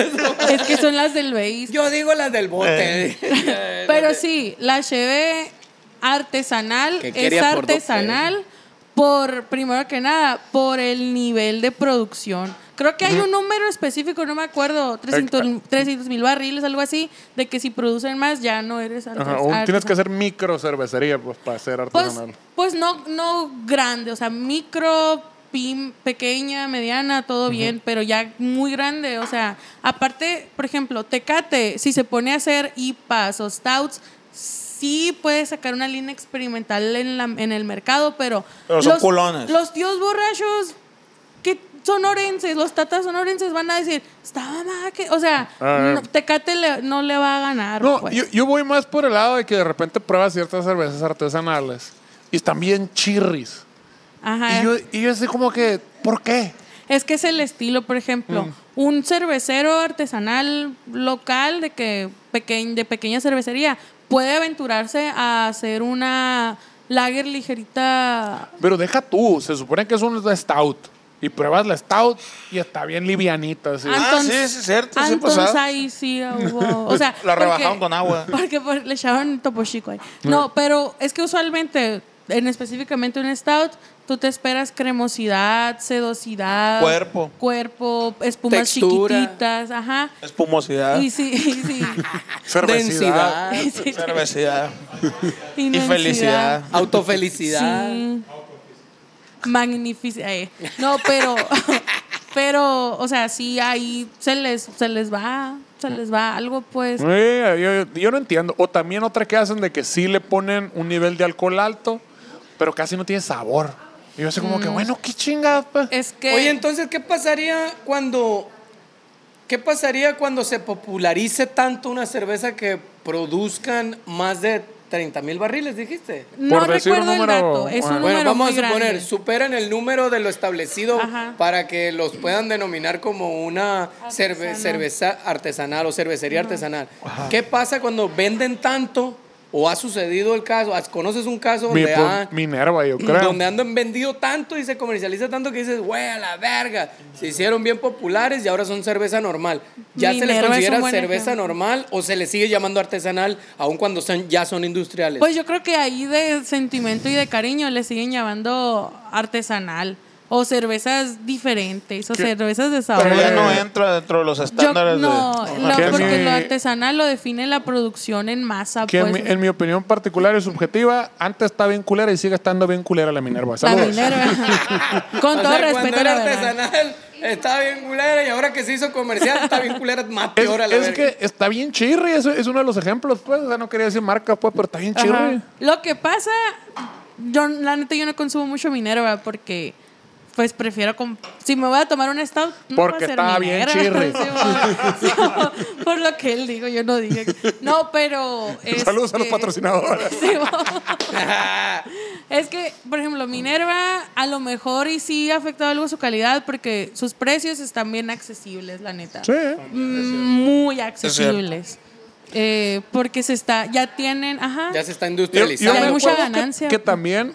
Speaker 3: Es que son las del base.
Speaker 4: Yo digo las del bote. Eh.
Speaker 3: Pero sí, la cheve artesanal
Speaker 4: Que
Speaker 3: es
Speaker 4: quería por dos
Speaker 3: artesanal por, primero que nada, por el nivel de producción. Creo que hay un número específico, no me acuerdo, 300 mil barriles, algo así, de que si producen más ya no eres
Speaker 1: Ajá,
Speaker 3: artes-
Speaker 1: o tienes que
Speaker 3: artesano.
Speaker 1: hacer micro cervecería pues, para ser
Speaker 3: Pues,
Speaker 1: artesanal.
Speaker 3: pues no, no grande, o sea, micro, pim, pequeña, mediana, todo bien, pero ya muy grande. O sea, aparte, por ejemplo, Tecate, si se pone a hacer IPAs o Stouts, sí puede sacar una línea experimental en, la- en el mercado, pero.
Speaker 2: Pero son culones.
Speaker 3: Los tíos borrachos que sonorenses, los tatas sonorenses van a decir, estaba mal que. O sea,
Speaker 1: Ah.
Speaker 3: no- Tecate le- no le va a ganar.
Speaker 1: no,
Speaker 3: pues.
Speaker 1: yo, yo voy más por el lado de que de repente pruebas ciertas cervezas artesanales y están bien chirris.
Speaker 3: Ajá.
Speaker 1: Y, yo, y yo así como que, ¿por qué?
Speaker 3: Es que es el estilo, por
Speaker 2: Mm.
Speaker 3: ejemplo, un cervecero artesanal local de que peque- de pequeña cervecería puede aventurarse a hacer una lager
Speaker 2: Ah,
Speaker 3: ligerita.
Speaker 1: Pero deja tú, se supone que es un stout. Y pruebas la stout y está bien livianita. Así.
Speaker 2: Ah,
Speaker 3: Anton-
Speaker 2: sí, sí, cierto, sí,
Speaker 3: Anton's
Speaker 2: pasaba.
Speaker 3: ahí sí ah, hubo- O sea,
Speaker 2: La
Speaker 3: porque-
Speaker 2: rebajaron con agua.
Speaker 3: Porque por- le echaban topo chico ahí. No, pero es que usualmente, en específicamente un stout, tú te esperas cremosidad, sedosidad,
Speaker 2: Cuerpo.
Speaker 3: cuerpo, espumas
Speaker 4: Textura.
Speaker 3: chiquititas, ajá.
Speaker 2: Espumosidad,
Speaker 3: Y sí, y sí.
Speaker 1: Cervecidad.
Speaker 4: Densidad.
Speaker 3: Y sí.
Speaker 2: cervecidad.
Speaker 3: Inmensidad.
Speaker 2: Y felicidad.
Speaker 4: Autofelicidad.
Speaker 3: Sí. Magnificencia. No, pero, pero, o sea, sí ahí se les, se les va, se les va algo, pues.
Speaker 1: Eh, yo, yo no entiendo. O también otra que hacen de que sí le ponen un nivel de alcohol alto, pero casi no tiene sabor. Y yo así como que, bueno, qué chingada. pues?
Speaker 3: Es que.
Speaker 4: Oye, entonces, ¿qué pasaría cuando. ¿Qué pasaría cuando se popularice tanto una cerveza que produzcan más de 30 mil barriles, dijiste?
Speaker 3: no
Speaker 1: por decir un
Speaker 3: recuerdo el
Speaker 1: número-
Speaker 3: dato. Es un
Speaker 1: bueno,
Speaker 3: número
Speaker 4: Bueno, vamos a
Speaker 3: muy grande.
Speaker 4: suponer, superan el número de lo establecido
Speaker 3: Ajá.
Speaker 4: para que los puedan denominar como una cerve-
Speaker 3: Artesanal.
Speaker 4: cerveza artesanal o cervecería artesanal. ¿Qué pasa cuando venden tanto? ¿O ha sucedido el caso? ¿Has- ¿Conoces un caso
Speaker 1: Mi-
Speaker 4: donde,
Speaker 1: pues,
Speaker 4: ha-
Speaker 1: Minerva, yo creo.
Speaker 4: ah, donde han vendido tanto y se comercializa tanto que dices, güey, a la verga, se hicieron bien populares y ahora son cerveza normal? ¿Ya se
Speaker 3: Minerva
Speaker 4: les
Speaker 3: es un
Speaker 4: considera
Speaker 3: buen
Speaker 4: cerveza
Speaker 3: ejemplo.
Speaker 4: normal o se les sigue llamando artesanal aun cuando son, ya son industriales?
Speaker 3: Pues yo creo que ahí de sentimiento y de cariño le siguen llamando artesanal. O cervezas diferentes, o cervezas de sabor.
Speaker 2: Pero ya no entra dentro de los
Speaker 3: Yo-
Speaker 2: estándares
Speaker 3: no,
Speaker 2: de...
Speaker 3: lo-
Speaker 1: Que
Speaker 3: porque
Speaker 1: mi-
Speaker 3: lo artesanal lo define la producción en masa.
Speaker 1: Que en,
Speaker 3: Pues,
Speaker 1: mi, en mi opinión particular y subjetiva, antes está bien culera y sigue estando bien culera la Minerva.
Speaker 3: la
Speaker 1: Saludos.
Speaker 3: Minerva. Con
Speaker 4: O
Speaker 3: todo
Speaker 4: sea,
Speaker 3: respeto,
Speaker 4: Cuando era
Speaker 3: la verdad.
Speaker 4: artesanal estaba bien culera y ahora que se hizo comercial está bien culera, más
Speaker 1: Es,
Speaker 4: peor a la
Speaker 1: es
Speaker 4: verga.
Speaker 1: que está bien chirri, eso es uno de los ejemplos, pues. O sea, no quería decir marca, pues, pero está bien
Speaker 3: Ajá.
Speaker 1: chirri.
Speaker 3: Lo que pasa, yo la neta yo no consumo mucho Minerva porque pues prefiero com- si me voy a tomar un stout no va a
Speaker 1: Porque
Speaker 3: ser
Speaker 1: estaba bien
Speaker 3: Minerva.
Speaker 1: chirri.
Speaker 3: Sí, va. Sí, va. por lo que él dijo, yo no dije. No, pero
Speaker 1: Saludos a los
Speaker 3: este,
Speaker 1: patrocinadores.
Speaker 3: Sí, va. es que, por ejemplo, Minerva a lo mejor y sí ha afectado algo su calidad porque sus precios están bien accesibles, la neta.
Speaker 1: Sí.
Speaker 3: Mm, Muy accesibles. Eh, porque se está, ya tienen, ajá.
Speaker 4: Ya se está
Speaker 1: Yo, yo
Speaker 4: industrializando.
Speaker 3: hay
Speaker 1: me
Speaker 3: mucha
Speaker 1: acuerdo que-
Speaker 3: ganancia,
Speaker 1: Que,
Speaker 3: pues.
Speaker 1: también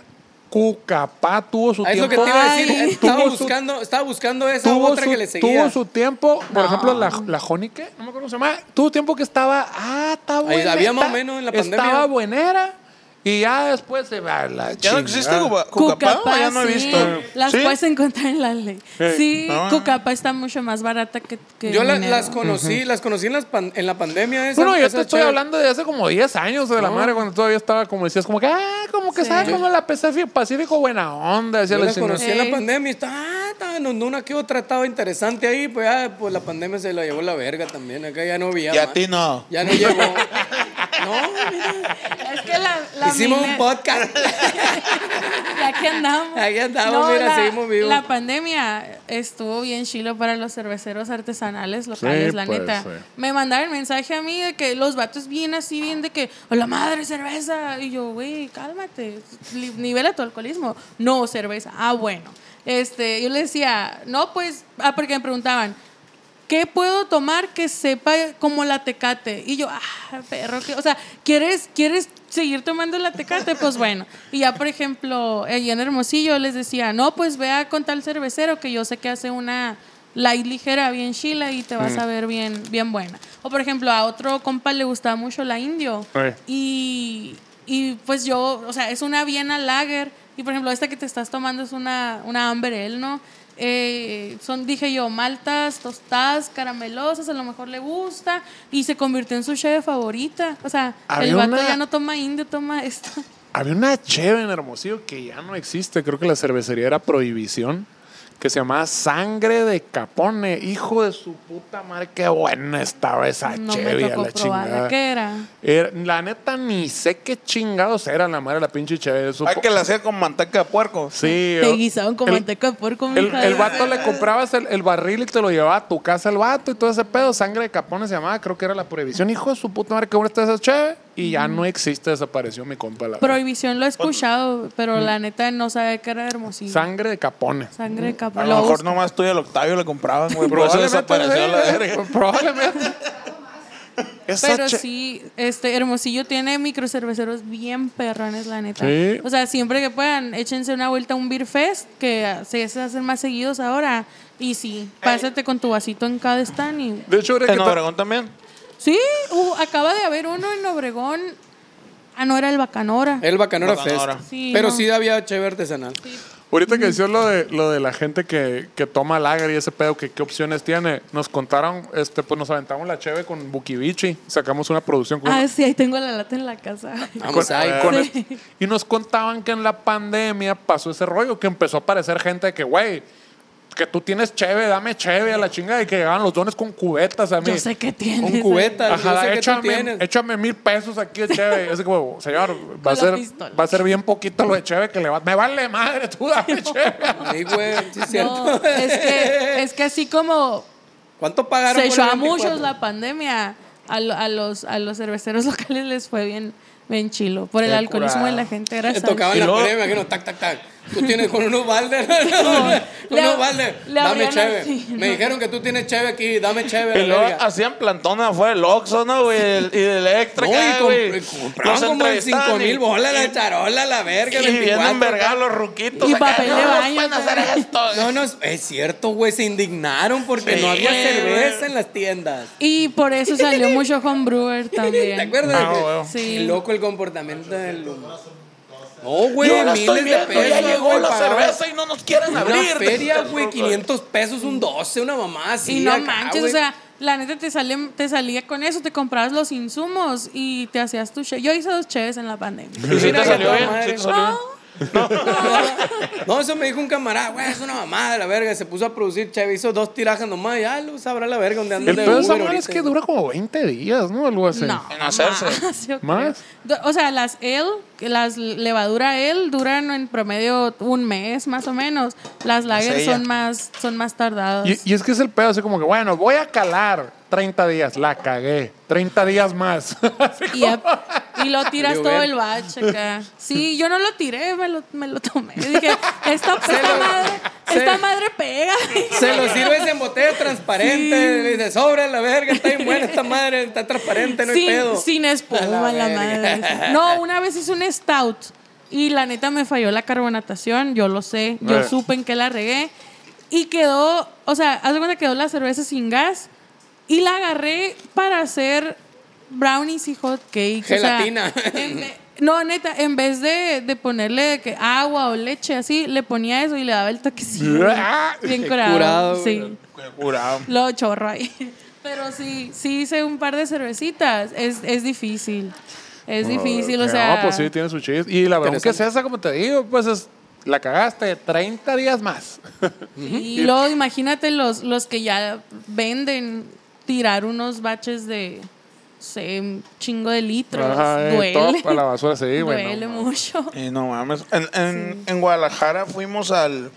Speaker 1: Cucapá tuvo su
Speaker 4: Ah, es lo
Speaker 1: tiempo.
Speaker 4: que te iba a decir.
Speaker 3: Ay.
Speaker 4: Estaba
Speaker 1: Tuvo su-
Speaker 4: buscando, estaba buscando esa
Speaker 1: tuvo
Speaker 4: otra
Speaker 1: su,
Speaker 4: que le seguía.
Speaker 1: tuvo su tiempo, por ejemplo, la, la Jonique, no me acuerdo cómo se llama, tuvo tiempo que estaba, ah, está buena.
Speaker 4: había más o
Speaker 1: está-
Speaker 4: menos en la
Speaker 1: Estaba
Speaker 4: pandemia.
Speaker 1: buenera y ya después se va la
Speaker 2: ¿Ya no existe Cuba- Cucapá?
Speaker 3: Cucapá,
Speaker 2: ya no he
Speaker 3: sí.
Speaker 2: visto.
Speaker 3: Las
Speaker 2: ¿Sí?
Speaker 3: puedes encontrar en la ley. Sí,
Speaker 2: No.
Speaker 3: Cucapá está mucho más barata que, que
Speaker 4: Eh, Yo la-
Speaker 3: Minero.
Speaker 4: las conocí, las conocí en, las pan- en la pandemia. Esa,
Speaker 1: Bueno, yo
Speaker 4: esa
Speaker 1: te estoy
Speaker 4: chévere.
Speaker 1: hablando de hace como 10 años de la madre, cuando todavía estaba, como decías, como que, ah, como que
Speaker 3: Sí.
Speaker 1: sabe como la Pacific- Pacífico buena onda. Decía
Speaker 4: Yo
Speaker 1: la
Speaker 4: las
Speaker 1: señora.
Speaker 4: conocí en
Speaker 3: Sí.
Speaker 4: la pandemia y estaba, ah, estaba en una que otra estaba interesante ahí. Pues, ah, pues la pandemia se la llevó la verga también. Acá ya no había.
Speaker 2: Y a
Speaker 4: más.
Speaker 2: ti no.
Speaker 4: Ya no llegó. no, mira.
Speaker 3: Es que la, la
Speaker 4: Hicimos un
Speaker 3: Miner-
Speaker 4: podcast.
Speaker 3: Y aquí andamos.
Speaker 4: Aquí andamos, mira, seguimos vivos.
Speaker 3: La pandemia estuvo bien chilo para los cerveceros artesanales locales,
Speaker 1: Sí,
Speaker 3: la
Speaker 1: pues,
Speaker 3: neta.
Speaker 1: sí.
Speaker 3: Me mandaron mensaje a mí de que los vatos bien así, bien de que, "A la madre, cerveza. Y yo, güey, cálmate, li- nivela tu alcoholismo. No, cerveza. Ah, bueno. Este, yo le decía, no, pues, ah, porque me preguntaban, ¿Qué puedo tomar que sepa como la tecate? Y yo, ah, perro, que, o sea, ¿quieres, ¿quieres seguir tomando la tecate? Pues bueno. Y ya, por ejemplo, allí en Hermosillo les decía, no, pues vea con tal cervecero que yo sé que hace una light ligera, bien chila y te vas a ver bien, bien buena. O, por ejemplo, a otro compa le gustaba mucho la indio.
Speaker 1: Ey.
Speaker 3: Y, y pues yo, o sea, es una Viena Lager. Y por ejemplo, esta que te estás tomando es una, una Amber Ale, ¿no? Eh, son, dije yo, maltas, tostadas, caramelosas, a lo mejor le gusta. Y se convirtió en su cheve favorita. O sea,
Speaker 1: Había
Speaker 3: el vato
Speaker 1: una-
Speaker 3: ya no toma indio, toma esta.
Speaker 1: Había una cheve en Hermosillo que ya no existe. Creo que la cervecería era Prohibición. Que se llamaba Sangre de Capone. Hijo de su puta madre. Qué buena estaba esa
Speaker 3: No
Speaker 1: cheve
Speaker 3: me
Speaker 1: Ah, a
Speaker 3: tocó
Speaker 1: la chingada.
Speaker 3: probarla. ¿Qué era?
Speaker 1: Era- la neta, ni sé qué chingados era la madre de la pinche cheve. Eso-
Speaker 2: Hay Ah, que la hacer con manteca de puerco.
Speaker 1: Sí.
Speaker 3: Te
Speaker 1: o-
Speaker 3: guisaban con
Speaker 1: el-
Speaker 3: manteca de puerco.
Speaker 1: El,
Speaker 3: mija.
Speaker 1: el vato le comprabas el, el barril y te lo llevaba a tu casa el vato y todo ese pedo. Sangre de Capone se llamaba, creo que era la prohibición. Hijo de su puta madre, que buena está esa cheve. Y ya no existe, desapareció mi compa. La
Speaker 3: Prohibición lo he escuchado, pero la neta no sabe que era hermosillo.
Speaker 1: Sangre de Capone.
Speaker 3: Sangre de capa.
Speaker 2: A
Speaker 3: Lo
Speaker 2: lo mejor
Speaker 3: bus-
Speaker 2: nomás tú y el Octavio le compraban, güey. Por eso desapareció la
Speaker 1: sí,
Speaker 2: verga.
Speaker 1: Probablemente. Esa
Speaker 3: Pero
Speaker 1: che-
Speaker 3: sí, este Hermosillo tiene microcerveceros bien perrones, la neta.
Speaker 1: Sí.
Speaker 3: O sea, siempre que puedan, échense una vuelta a un Beer Fest, que ah, se se hacen más seguidos ahora. Y sí, pásate con tu vasito en cada stand y...
Speaker 1: De hecho, ahorita
Speaker 2: ¿En
Speaker 1: que to-
Speaker 2: Obregón también?
Speaker 3: Sí, uh, acaba de haber uno en Obregón. Ah, no, era el Bacanora.
Speaker 4: El Bacanora,
Speaker 2: Bacanora.
Speaker 4: Fest.
Speaker 3: Sí,
Speaker 4: pero
Speaker 3: no.
Speaker 4: sí había cheve artesanal.
Speaker 1: Ahorita que decías lo de, lo de la gente que, que toma lager y ese pedo, que qué opciones tiene, nos contaron, este, pues nos aventamos la cheve con Bukivichi, sacamos una producción con
Speaker 3: Ah, sí, ahí tengo la lata en la casa.
Speaker 4: Vamos
Speaker 1: Con-
Speaker 4: ahí.
Speaker 1: eh,
Speaker 4: Con
Speaker 1: con
Speaker 4: el-
Speaker 3: Sí.
Speaker 1: el- y nos contaban que en la pandemia pasó ese rollo, que empezó a aparecer gente de que, güey, que tú tienes cheve, dame cheve a la chinga, y que llegaban los dones con cubetas a mí.
Speaker 3: Yo sé que tienes.
Speaker 4: Con
Speaker 3: eh.
Speaker 4: cubetas.
Speaker 1: Ajá,
Speaker 4: yo sé que tú
Speaker 1: échame,
Speaker 4: tienes.
Speaker 1: échame mil pesos aquí de cheve. Y así como, señor, va a,
Speaker 3: la
Speaker 1: ser,
Speaker 3: pistola.
Speaker 1: va a ser bien poquito lo de cheve que le va. Me vale madre, tú dame cheve.
Speaker 4: Sí, güey, sí es cierto.
Speaker 3: No, es que, es que así como
Speaker 4: ¿Cuánto pagaron?
Speaker 3: se
Speaker 4: por
Speaker 3: echó
Speaker 4: el
Speaker 3: a
Speaker 4: 24?
Speaker 3: muchos la pandemia. A, lo- a los, a los cerveceros locales les fue bien, bien chilo. Por el
Speaker 1: Qué
Speaker 3: alcoholismo
Speaker 1: curada.
Speaker 3: de la gente. Era
Speaker 4: Le
Speaker 3: sal-
Speaker 4: Eh, tocaban
Speaker 2: Y
Speaker 4: la
Speaker 2: luego-
Speaker 4: pelea, me imagino, tac, tac, tac. Tú tienes con unos baldes. con
Speaker 3: le-
Speaker 4: unos baldes.
Speaker 3: le
Speaker 4: Dame
Speaker 3: abrían
Speaker 4: cheve.
Speaker 3: así,
Speaker 4: Me
Speaker 3: ¿no?
Speaker 4: dijeron que tú tienes cheve aquí, dame cheve.
Speaker 2: Y
Speaker 4: la
Speaker 2: luego
Speaker 4: verga.
Speaker 2: hacían plantones afuera del Oxxo, ¿no, güey? El- Y del Electra,
Speaker 4: No,
Speaker 2: acá,
Speaker 4: y
Speaker 2: güey.
Speaker 4: comp- y compraban
Speaker 2: Los
Speaker 4: como en
Speaker 2: entrevistaban
Speaker 4: 5
Speaker 2: y-
Speaker 4: mil bolas
Speaker 2: y-
Speaker 4: la charola, la verga,
Speaker 2: Y
Speaker 4: el
Speaker 2: vienen
Speaker 4: 24.
Speaker 2: envergados los ruquitos.
Speaker 3: Y
Speaker 2: acá,
Speaker 3: papel de
Speaker 2: "No,
Speaker 3: baño,
Speaker 2: pueden hacer
Speaker 3: acá".
Speaker 2: esto.
Speaker 4: No, no, es- es cierto, güey, se indignaron porque
Speaker 2: Sí,
Speaker 4: no había
Speaker 2: güey.
Speaker 4: cerveza en las tiendas.
Speaker 3: Y por eso salió mucho homebrewer también.
Speaker 4: ¿Te acuerdas?
Speaker 2: Ah, bueno.
Speaker 3: Sí.
Speaker 4: Qué loco el comportamiento del... No, güey,
Speaker 2: Yo la
Speaker 4: miles
Speaker 2: estoy
Speaker 4: de
Speaker 2: viendo,
Speaker 4: pesos.
Speaker 2: ya llegó
Speaker 4: güey,
Speaker 2: la
Speaker 4: pagaban.
Speaker 2: cerveza y no nos quieren
Speaker 4: Una
Speaker 2: abrir.
Speaker 4: feria, güey, 500 pesos, un 12, una mamá así.
Speaker 3: Y no
Speaker 4: acá,
Speaker 3: manches, o
Speaker 4: güey.
Speaker 3: sea, la neta te, sale, te salía con eso, te comprabas los insumos y te hacías tu cheve. Yo hice dos cheves en la pandemia.
Speaker 2: ¿Y si
Speaker 4: Mira,
Speaker 2: te salió
Speaker 4: toda
Speaker 2: bien?
Speaker 4: madre.
Speaker 2: ¿Sí te salió bien?
Speaker 4: No, eso me dijo un camarada, güey, es una mamada de la verga. Se puso a producir cheve, hizo dos tirajes nomás, ya lo sabrá la verga donde anda
Speaker 1: El
Speaker 4: el de
Speaker 1: pedo de esa
Speaker 4: Uber
Speaker 1: madre es
Speaker 4: ahorita.
Speaker 1: que dura como 20 días, ¿no? Algo así.
Speaker 3: No,
Speaker 2: En hacerse.
Speaker 3: más, yo creo.
Speaker 1: ¿Más?
Speaker 3: Ah, Do- O sea, las L, las levadura L duran en promedio un mes más o menos. Las lager
Speaker 2: ella.
Speaker 3: son más, son más tardadas.
Speaker 1: Y, y es que es el pedo, así como que, bueno, voy a calar 30 días, la cagué, 30 días más. Así
Speaker 3: Y,
Speaker 1: como-
Speaker 3: y lo tiras
Speaker 4: Salió
Speaker 3: todo
Speaker 4: bien.
Speaker 3: el bache acá. Sí, yo no lo tiré, me lo, me lo tomé. Dije, esta, esta
Speaker 4: lo-
Speaker 3: madre,
Speaker 4: se-
Speaker 3: esta madre pega.
Speaker 4: Se lo sirves en botella transparente,
Speaker 3: Sí.
Speaker 4: le dices, sobra la verga, está bien buena esta madre, está transparente, no hay
Speaker 3: sin,
Speaker 4: pedo.
Speaker 3: sin espuma,
Speaker 4: A la
Speaker 3: la,
Speaker 4: verga.
Speaker 3: madre. No, una vez hice un stout y la neta me falló la carbonatación, yo lo sé, yo
Speaker 1: Eh.
Speaker 3: supe en que la regué y quedó, o sea, haz de cuenta que quedó la cerveza sin gas y la agarré para hacer brownies y hot cakes. o sea,
Speaker 4: Gelatina.
Speaker 3: en ve- no, neta, en vez de, de ponerle de que agua o leche así, le ponía eso y le daba el toquecillo.
Speaker 1: Ah,
Speaker 3: Bien
Speaker 4: qué
Speaker 3: curado.
Speaker 4: curado,
Speaker 3: sí.
Speaker 4: güey.
Speaker 2: Curado.
Speaker 3: Lo chorro ahí. Pero sí, sí hice un par de cervecitas. Es, es difícil. Es difícil, o sea.
Speaker 1: No, pues sí, tiene su chiste. Y la verdad que es
Speaker 4: Interesante.
Speaker 1: esa, como te digo, pues es, la cagaste 30 días más.
Speaker 3: Y luego imagínate los, los que ya venden tirar unos baches de no sé, un chingo de litros.
Speaker 1: Ajá, eh,
Speaker 3: duele.
Speaker 1: top a la basura, sí, güey, no
Speaker 3: Duele
Speaker 1: mames.
Speaker 3: mucho.
Speaker 2: Y no mames. En, en, en Guadalajara fuimos al,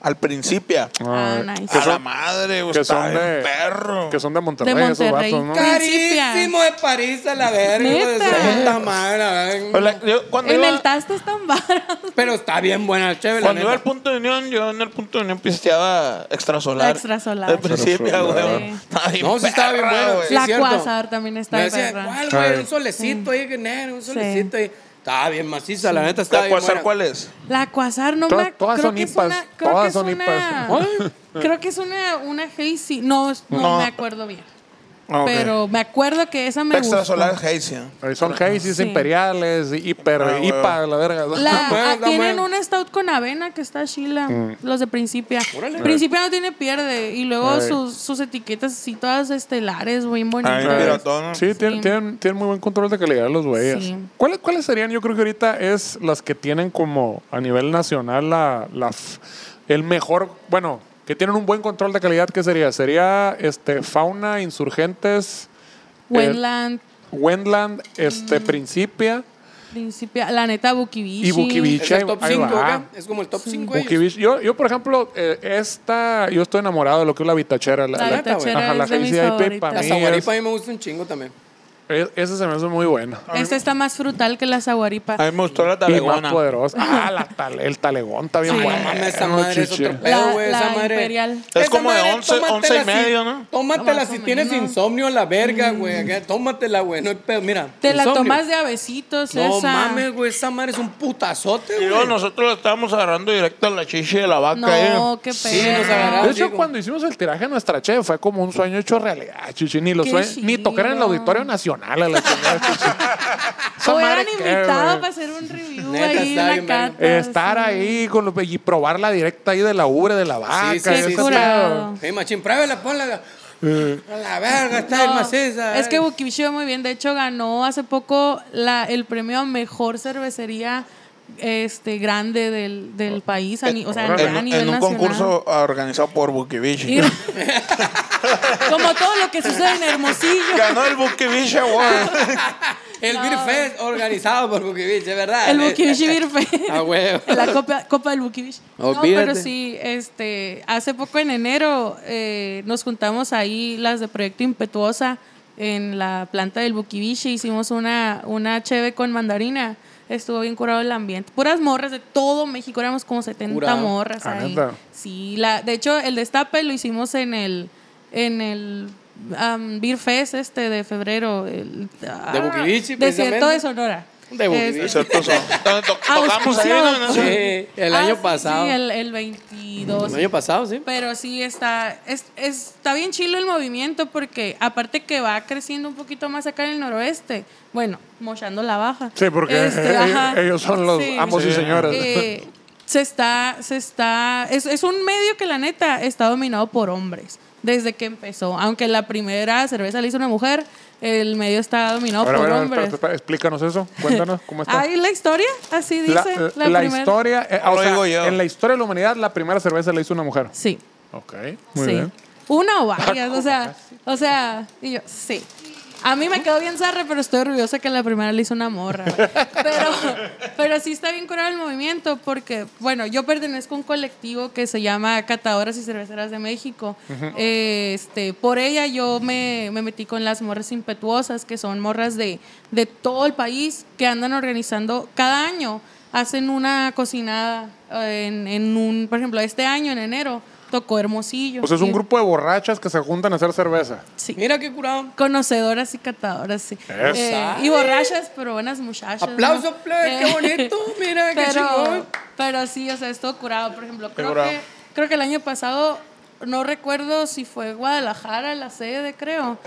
Speaker 2: al Principia.
Speaker 3: Ah,
Speaker 1: Ay,
Speaker 3: nice.
Speaker 2: A la madre, güey.
Speaker 1: que
Speaker 2: Está
Speaker 1: son de
Speaker 2: bien perro.
Speaker 1: que son de Monterrey,
Speaker 3: De
Speaker 1: esos
Speaker 3: Monterrey.
Speaker 1: vatos, ¿no?
Speaker 3: Ca-
Speaker 4: Carísimo de París a la verga, hijo de su
Speaker 3: Neta.
Speaker 4: puta madre, la verga.
Speaker 2: Pero la- yo cuando
Speaker 3: En
Speaker 2: iba,
Speaker 3: el taste están baratos.
Speaker 4: Pero está bien buena el chévere, la
Speaker 2: cuando iba al
Speaker 4: neta.
Speaker 2: punto de unión, yo en el punto de unión pisteaba extrasolar.
Speaker 3: La extrasolar.
Speaker 2: Al principio, güey.
Speaker 3: Sí.
Speaker 2: Estaba bien
Speaker 4: No, sí estaba bien
Speaker 2: perra,
Speaker 4: bueno.
Speaker 2: güey.
Speaker 4: Sí,
Speaker 3: la
Speaker 4: cierto.
Speaker 3: cuasar también está
Speaker 4: Me
Speaker 3: de
Speaker 4: decía,
Speaker 3: perra.
Speaker 4: ¿cuál, güey?
Speaker 1: Ay.
Speaker 4: Un solecito ahí, que negro, un solecito ahí. Estaba bien maciza, la neta estaba
Speaker 2: ¿La
Speaker 4: bien
Speaker 2: cuasar
Speaker 4: buena.
Speaker 2: cuál es?
Speaker 3: La cuasar no
Speaker 1: Todas-
Speaker 3: me
Speaker 1: todas
Speaker 3: creo
Speaker 1: son
Speaker 3: que es
Speaker 1: hipas,
Speaker 3: una- creo
Speaker 1: todas
Speaker 3: que es
Speaker 1: son
Speaker 3: una-
Speaker 1: hipas.
Speaker 3: Creo que es una, una hazy. No, no,
Speaker 2: No.
Speaker 3: me acuerdo bien.
Speaker 2: Ah, ok.
Speaker 3: Pero me acuerdo que esa me
Speaker 2: Extra
Speaker 3: gustó.
Speaker 2: solar ¿eh? hazy. ¿no?
Speaker 1: Ahí Son Hazy's
Speaker 3: Sí.
Speaker 1: imperiales, hiper,
Speaker 2: Ah, huevo.
Speaker 1: hipa, la verga.
Speaker 3: La-
Speaker 4: No muevas,
Speaker 3: ah,
Speaker 4: no
Speaker 3: tienen
Speaker 4: muevas.
Speaker 3: una stout con avena que está chila. Los de Principia.
Speaker 4: Órale.
Speaker 3: Principia no tiene pierde. Y luego
Speaker 1: Ay.
Speaker 3: sus, sus etiquetas así todas estelares, muy
Speaker 2: Ay, mira.
Speaker 3: bonitas.
Speaker 2: piratón.
Speaker 1: Sí, tienen,
Speaker 3: Sí.
Speaker 1: tienen- tienen muy buen control de calidad los güeyes.
Speaker 3: Sí.
Speaker 1: ¿Cuáles, ¿Cuáles serían? Yo creo que ahorita es las que tienen como a nivel nacional la, la f- el mejor, bueno, que tienen un buen control de calidad, ¿qué sería? Sería este Fauna, Insurgentes,
Speaker 3: Wendland,
Speaker 1: Wendland,
Speaker 3: Mm.
Speaker 1: este Principia
Speaker 3: Principia. La neta, Bukibichi.
Speaker 1: y Bukivich.
Speaker 4: Es el top 5
Speaker 2: Ah.
Speaker 4: acá. Es como el top 5
Speaker 1: Bukivich. Yo, yo, por ejemplo, eh, esta, yo estoy enamorado de lo que es la bitachera. La,
Speaker 3: La
Speaker 1: la-
Speaker 3: Vitachera
Speaker 1: ajá, la
Speaker 3: es de mis
Speaker 1: Hazy IPA
Speaker 3: favoritas.
Speaker 1: para
Speaker 4: La
Speaker 1: mí
Speaker 4: saguaripa a mí me gusta un chingo también.
Speaker 1: es- es- esa se me hace muy buena.
Speaker 3: Esta está más frutal que la saguaripa.
Speaker 2: A mí me gustó
Speaker 1: Y
Speaker 2: la
Speaker 1: más
Speaker 2: talegona.
Speaker 1: poderosa. Ah, la tal- el talegón está bien
Speaker 3: Sí.
Speaker 1: bueno.
Speaker 3: No
Speaker 4: Mames, esa madre es
Speaker 1: chichi.
Speaker 4: otro
Speaker 3: La-
Speaker 4: pedo, güey. Esa
Speaker 3: la
Speaker 4: madre.
Speaker 3: imperial.
Speaker 2: Ah, Es
Speaker 4: Esa
Speaker 2: como de
Speaker 4: madre,
Speaker 2: 11,
Speaker 4: tómatela
Speaker 2: 11 y
Speaker 4: si-
Speaker 2: medio, ¿no?
Speaker 4: Tómatela
Speaker 3: Más
Speaker 4: si
Speaker 3: o
Speaker 4: tienes
Speaker 3: menos.
Speaker 4: insomnio a la verga, güey. acá, Tómatela, güey. No hay pedo, mira.
Speaker 3: Mm. Te la
Speaker 4: insomnio.
Speaker 3: tomas de avecitos,
Speaker 4: No
Speaker 3: esa.
Speaker 4: mames, güey. Esa madre es un putazote,
Speaker 2: Y
Speaker 4: güey.
Speaker 2: luego nosotros la estábamos agarrando directo a la chichi de la vaca. eh.
Speaker 3: No, qué
Speaker 4: Sí, nos
Speaker 3: perra.
Speaker 4: agarraba.
Speaker 1: De hecho,
Speaker 4: digo.
Speaker 1: cuando hicimos el tiraje de nuestra che, fue como un sueño hecho realidad, chichi. Ni, los
Speaker 3: Qué
Speaker 1: sueños- ni tocar en el
Speaker 3: chido.
Speaker 1: Auditorio Nacional a la chingada, chichi. Esa
Speaker 3: O
Speaker 1: madre
Speaker 3: eran
Speaker 1: qué,
Speaker 3: invitados
Speaker 1: güey.
Speaker 3: para hacer un review
Speaker 4: Neta,
Speaker 3: ahí,
Speaker 4: está
Speaker 3: una
Speaker 4: bien, verga.
Speaker 2: Eh,
Speaker 3: cata,
Speaker 1: Estar
Speaker 3: pues, sí.
Speaker 1: ahí con los- y probar la directa ahí de la ubre de la
Speaker 2: Ah,
Speaker 1: vaca.
Speaker 4: sí,
Speaker 1: ese
Speaker 3: Qué
Speaker 4: sí,
Speaker 1: pedo.
Speaker 3: curado.
Speaker 4: Sí, machín, pruébala, ponla.
Speaker 2: Eh.
Speaker 4: A la verga, está eh.
Speaker 3: No,
Speaker 4: el maciza.
Speaker 3: Es que Bukibichi va muy bien. De hecho, ganó hace poco la, el premio a mejor cervecería este grande del, del país. a ni- o sea,
Speaker 2: Oh, eh, En,
Speaker 3: a nivel
Speaker 2: en un
Speaker 3: nacional.
Speaker 2: concurso organizado por Bukivich.
Speaker 3: Y- Como todo lo que sucede en Hermosillo.
Speaker 2: Ganó el Bukivich Award.
Speaker 4: El Beer Fest organizado por Bukivich, es verdad.
Speaker 3: El Bukibichi Birfe.
Speaker 4: A huevo.
Speaker 3: La copa, copa del Bukibish. No,
Speaker 4: Olvídate.
Speaker 3: pero sí, este, hace poco en enero eh, nos juntamos ahí las de Proyecto Impetuosa en la planta del Bukibish y hicimos una, una cheve con mandarina. Estuvo bien curado el ambiente. Puras morras de todo México, éramos como 70
Speaker 4: Curado.
Speaker 3: morras
Speaker 1: Ah,
Speaker 3: ahí.
Speaker 1: ¿neta?
Speaker 3: Sí, la, de hecho el destape lo hicimos en el en el am, Beer Fest este de febrero, el ah,
Speaker 4: Bukibishi,
Speaker 3: Desierto
Speaker 4: precisamente.
Speaker 3: de Sonora.
Speaker 4: De Bukibishi.
Speaker 3: Este,
Speaker 2: Cierto, son. Entonces, to- tocamos ahí,
Speaker 3: Auspiciado
Speaker 2: ¿no?
Speaker 3: por-
Speaker 4: Sí, el
Speaker 3: Ah,
Speaker 4: año
Speaker 3: sí,
Speaker 4: pasado.
Speaker 3: Sí, el, Pues el 22.
Speaker 4: El año pasado, sí.
Speaker 3: Pero sí está, es- está bien chilo el movimiento porque aparte que va creciendo un poquito más acá en el noroeste, bueno, mochando la baja.
Speaker 1: Sí, porque
Speaker 3: Este,
Speaker 1: ellos,
Speaker 3: ajá.
Speaker 1: ellos son los
Speaker 3: Sí.
Speaker 1: amos y
Speaker 2: Sí.
Speaker 1: señoras.
Speaker 3: Eh, se está, se está, es, es un medio que la neta está dominado por hombres desde que empezó. Aunque la primera cerveza la hizo una mujer, el medio está dominado
Speaker 1: Ahora,
Speaker 3: por
Speaker 1: ahora,
Speaker 3: hombres.
Speaker 1: espera, espera, explícanos eso. Cuéntanos cómo está.
Speaker 3: Ahí la historia, así dice.
Speaker 1: la
Speaker 3: La,
Speaker 1: la
Speaker 3: primera.
Speaker 1: historia, eh, o
Speaker 2: Lo
Speaker 1: sea,
Speaker 2: digo yo.
Speaker 1: en la historia de la humanidad, la primera cerveza la hizo una mujer.
Speaker 3: Sí.
Speaker 1: Ok, muy
Speaker 3: sí.
Speaker 1: bien.
Speaker 3: Una o varias, o sea, o sea, y yo, sí. A mí me quedó bien zarra, pero estoy orgullosa que la primera le hizo una morra. güey. Pero, pero sí está bien curado el movimiento porque, bueno, yo pertenezco a un colectivo que se llama Catadoras y Cerveceras de México. Eh, este, por ella yo me, me metí con las morras impetuosas, que son morras de, de todo el país que andan organizando cada año. Hacen una cocinada eh, en, en un, por ejemplo, este año, en enero, tocó Hermosillo.
Speaker 1: O sea, es un
Speaker 3: Y-
Speaker 1: grupo de borrachas que se juntan a hacer cerveza.
Speaker 3: Sí.
Speaker 4: Mira qué curado.
Speaker 3: Conocedoras y catadoras, sí.
Speaker 1: Eso.
Speaker 3: Eh, y borrachas, pero buenas muchachas.
Speaker 4: Aplauso, plebe, qué
Speaker 3: Eh,
Speaker 4: bonito, mira, qué
Speaker 3: pero,
Speaker 4: chingón.
Speaker 3: pero sí, o sea, estuvo curado, por ejemplo. Creo
Speaker 2: curado.
Speaker 3: que, creo que el año pasado, no recuerdo si fue Guadalajara la sede, creo.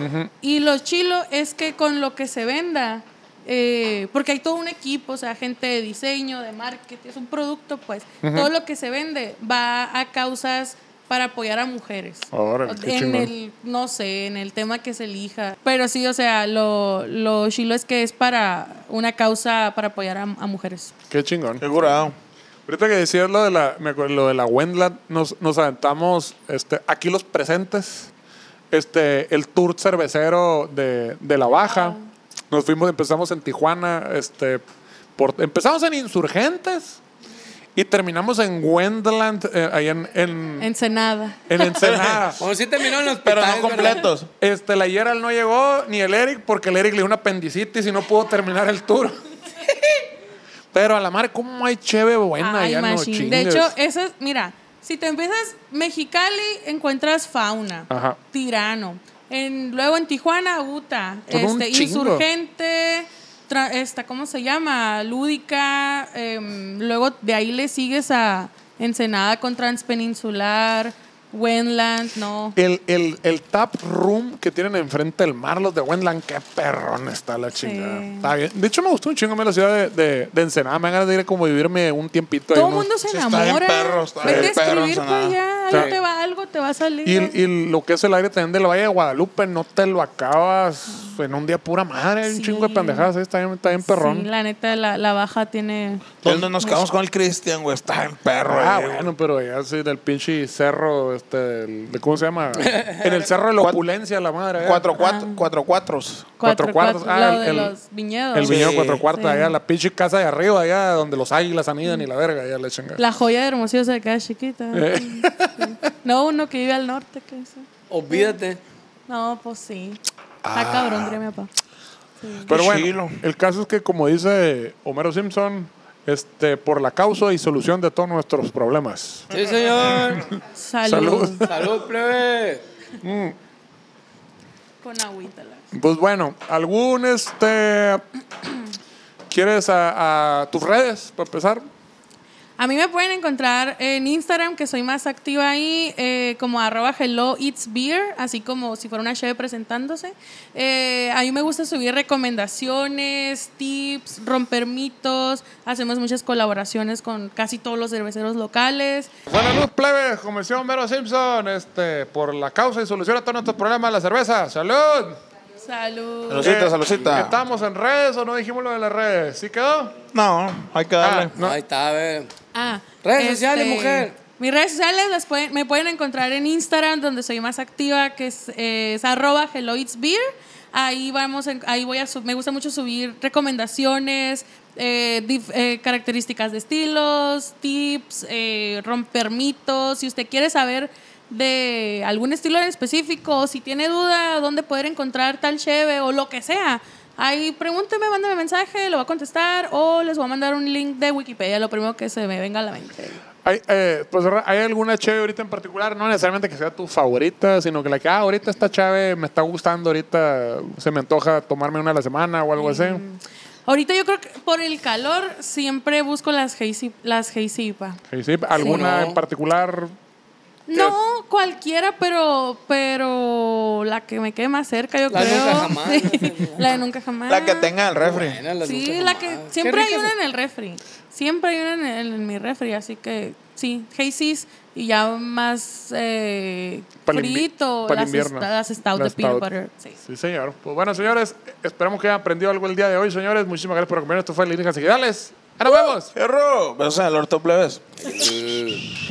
Speaker 3: Y lo chilo es que con lo que se venda, eh, porque hay todo un equipo, o sea, gente de diseño, de marketing, es un producto, pues. Todo lo que se vende va a causas para apoyar a mujeres.
Speaker 1: Órale, qué
Speaker 3: en
Speaker 1: chingón.
Speaker 3: el no sé, en el tema que se elija. Pero sí, o sea, lo, lo chilo es que es para una causa para apoyar a, a mujeres.
Speaker 1: Qué chingón.
Speaker 2: Qué curado.
Speaker 1: Ahorita que decías lo de la, me acuerdo, lo de la Wendland, nos, nos aventamos este, aquí los presentes, este, el tour cervecero de, de La Baja. Nos fuimos, empezamos en Tijuana, este, por, empezamos en Insurgentes y terminamos en Wendland, eh, ahí en, en,
Speaker 3: Ensenada.
Speaker 1: en Ensenada.
Speaker 4: Bueno, sí terminó en los
Speaker 2: Pero no completos.
Speaker 1: Este, la Yeral no llegó, ni el Eric, porque el Eric le dio una apendicitis y no pudo terminar el tour. Pero a la mar, ¿cómo hay cheve buena
Speaker 3: Ay,
Speaker 1: ya no
Speaker 3: machín. De
Speaker 1: chingues.
Speaker 3: hecho, esas, mira, si te empiezas Mexicali, encuentras fauna,
Speaker 1: Ajá.
Speaker 3: tirano. En, luego en Tijuana, Uta,
Speaker 1: Todo un
Speaker 3: este,
Speaker 1: chingo.
Speaker 3: insurgente, tra- esta, ¿cómo se llama? Lúdica. em, luego de ahí le sigues a Ensenada con Transpeninsular. Wendland, no.
Speaker 1: El, el, el tap room que tienen enfrente del mar, los de Wendland, qué perrón está la chingada.
Speaker 3: Sí.
Speaker 1: Está bien. De hecho, me gustó un chingo más la ciudad de, de, de Ensenada. Me dan ganas de ir a como vivirme un tiempito. ahí,
Speaker 3: Todo el
Speaker 1: ¿no?
Speaker 3: mundo se
Speaker 2: Sí, está bien
Speaker 3: enamora.
Speaker 2: perro, está
Speaker 3: Vete a
Speaker 2: bien perro,
Speaker 3: escribir para
Speaker 2: Ensenada.
Speaker 3: allá.
Speaker 1: Sí.
Speaker 3: Ahí te va algo, te va a salir.
Speaker 1: Y, y lo que es el aire también del Valle de Guadalupe, no te lo acabas en un día pura madre. Hay Un
Speaker 3: Mm. Sí.
Speaker 1: chingo de pendejadas. ahí Está bien, está bien perrón.
Speaker 3: Sí, la neta, la, la baja tiene.
Speaker 2: ¿Dónde nos quedamos con el Cristian, güey? Está en perro, eh.
Speaker 1: Ah,
Speaker 2: güey.
Speaker 1: bueno, pero ya sí, del pinche cerro, este, del- de- ¿cómo se llama? en el cerro de la
Speaker 2: Cuatro-
Speaker 1: opulencia, la madre. allá.
Speaker 2: Cuatro, cuatro,
Speaker 3: Ah.
Speaker 2: cuatro cuatros.
Speaker 1: Cuatro
Speaker 3: Cuatro,
Speaker 1: cuartos.
Speaker 3: cuartos.
Speaker 1: Ah,
Speaker 3: lo de
Speaker 1: el-
Speaker 3: los viñedos.
Speaker 1: El
Speaker 2: Sí.
Speaker 1: viñedo cuatro cuartos,
Speaker 3: Ah, Sí. Mm.
Speaker 1: allá, la pinche casa de arriba, allá donde los águilas anidan y la verga, allá la chingada.
Speaker 3: La joya de Hermosillo se queda chiquita.
Speaker 1: Eh.
Speaker 3: Sí. No, uno que vive al norte. Que eso.
Speaker 4: Olvídate.
Speaker 3: No, pues sí. Está
Speaker 1: Ah.
Speaker 3: cabrón, créeme, papá.
Speaker 1: Pero
Speaker 2: Qué
Speaker 1: bueno,
Speaker 2: chilo.
Speaker 1: el caso es que, como dice Homero Simpson, este, por la causa y solución de todos nuestros problemas.
Speaker 4: Sí, señor.
Speaker 3: Salud.
Speaker 1: Salud.
Speaker 4: Salud, plebe.
Speaker 3: Con agüita. la-
Speaker 1: Pues bueno, algún este. ¿Quieres a, a tus redes para empezar?
Speaker 3: A mí me pueden encontrar en Instagram, que soy más activa ahí, eh, como arroba hello it's beer, así como si fuera una cheve presentándose. Eh, a mí me gusta subir recomendaciones, tips, romper mitos. Hacemos muchas colaboraciones con casi todos los cerveceros locales.
Speaker 1: Buena luz, plebes, como decía Homero Simpson, este, por la causa y solución a todos nuestros problemas, la cerveza. ¡Salud!
Speaker 3: Salud.
Speaker 2: Saludcita,
Speaker 1: Eh,
Speaker 2: saludcita.
Speaker 1: ¿Estamos en redes o no dijimos lo de las redes? ¿Sí quedó? Ah,
Speaker 2: No, hay que darle.
Speaker 1: No.
Speaker 4: Ahí está, ve.
Speaker 3: Ah,
Speaker 4: Redes sociales, mujer.
Speaker 3: Mis redes sociales las pueden- me pueden encontrar en Instagram, donde soy más activa, que es, eh, es arroba hello it's beer. Ahí vamos, en- ahí voy a sub- me gusta mucho subir recomendaciones, eh, dif- eh, características de estilos, tips, eh, romper mitos. Si usted quiere saber de algún estilo en específico, o si tiene duda dónde poder encontrar tal cheve o lo que sea, ahí pregúnteme, mándame mensaje, lo voy a contestar o les voy a mandar un link de Wikipedia, lo primero que se me venga a la mente.
Speaker 1: Hay, eh, pues, Ra- ¿Hay alguna chave ahorita en particular? No necesariamente que sea tu favorita, sino que la que, ah, ahorita esta chave me está gustando, ahorita se me antoja tomarme una a la semana o algo así.
Speaker 3: Ahorita yo creo que por el calor siempre busco las hazy, las hazy IPA.
Speaker 1: Sí, sí, ¿Alguna
Speaker 4: Sí.
Speaker 1: en particular?
Speaker 3: No cualquiera, pero pero la que me quede más cerca, yo
Speaker 4: La
Speaker 3: creo.
Speaker 4: nunca jamás.
Speaker 3: Sí, la de nunca jamás.
Speaker 2: La que tenga el refri.
Speaker 3: Ah.
Speaker 4: Buena, la
Speaker 3: Sí,
Speaker 4: nunca
Speaker 3: la
Speaker 4: jamás.
Speaker 3: que
Speaker 4: Qué
Speaker 3: siempre hay
Speaker 4: rica
Speaker 3: una
Speaker 4: se-
Speaker 3: en el refri. Siempre hay una en, el- en mi refri, así que sí, hazy's y ya más eh,
Speaker 1: Para el invi-
Speaker 3: frito,
Speaker 1: para el
Speaker 3: las,
Speaker 1: invierno.
Speaker 3: esta- las stout de
Speaker 1: Las
Speaker 3: peanut
Speaker 1: stout.
Speaker 3: butter. Sí.
Speaker 1: Sí, señor. Pues bueno, señores, esperamos que hayan aprendido algo el día de hoy, señores. Muchísimas gracias por acompañarnos. Esto fue Líneas Seguidales. ¡Ah, nos vemos!
Speaker 2: Cerro. Besos en el orto, plebes.
Speaker 4: Eh.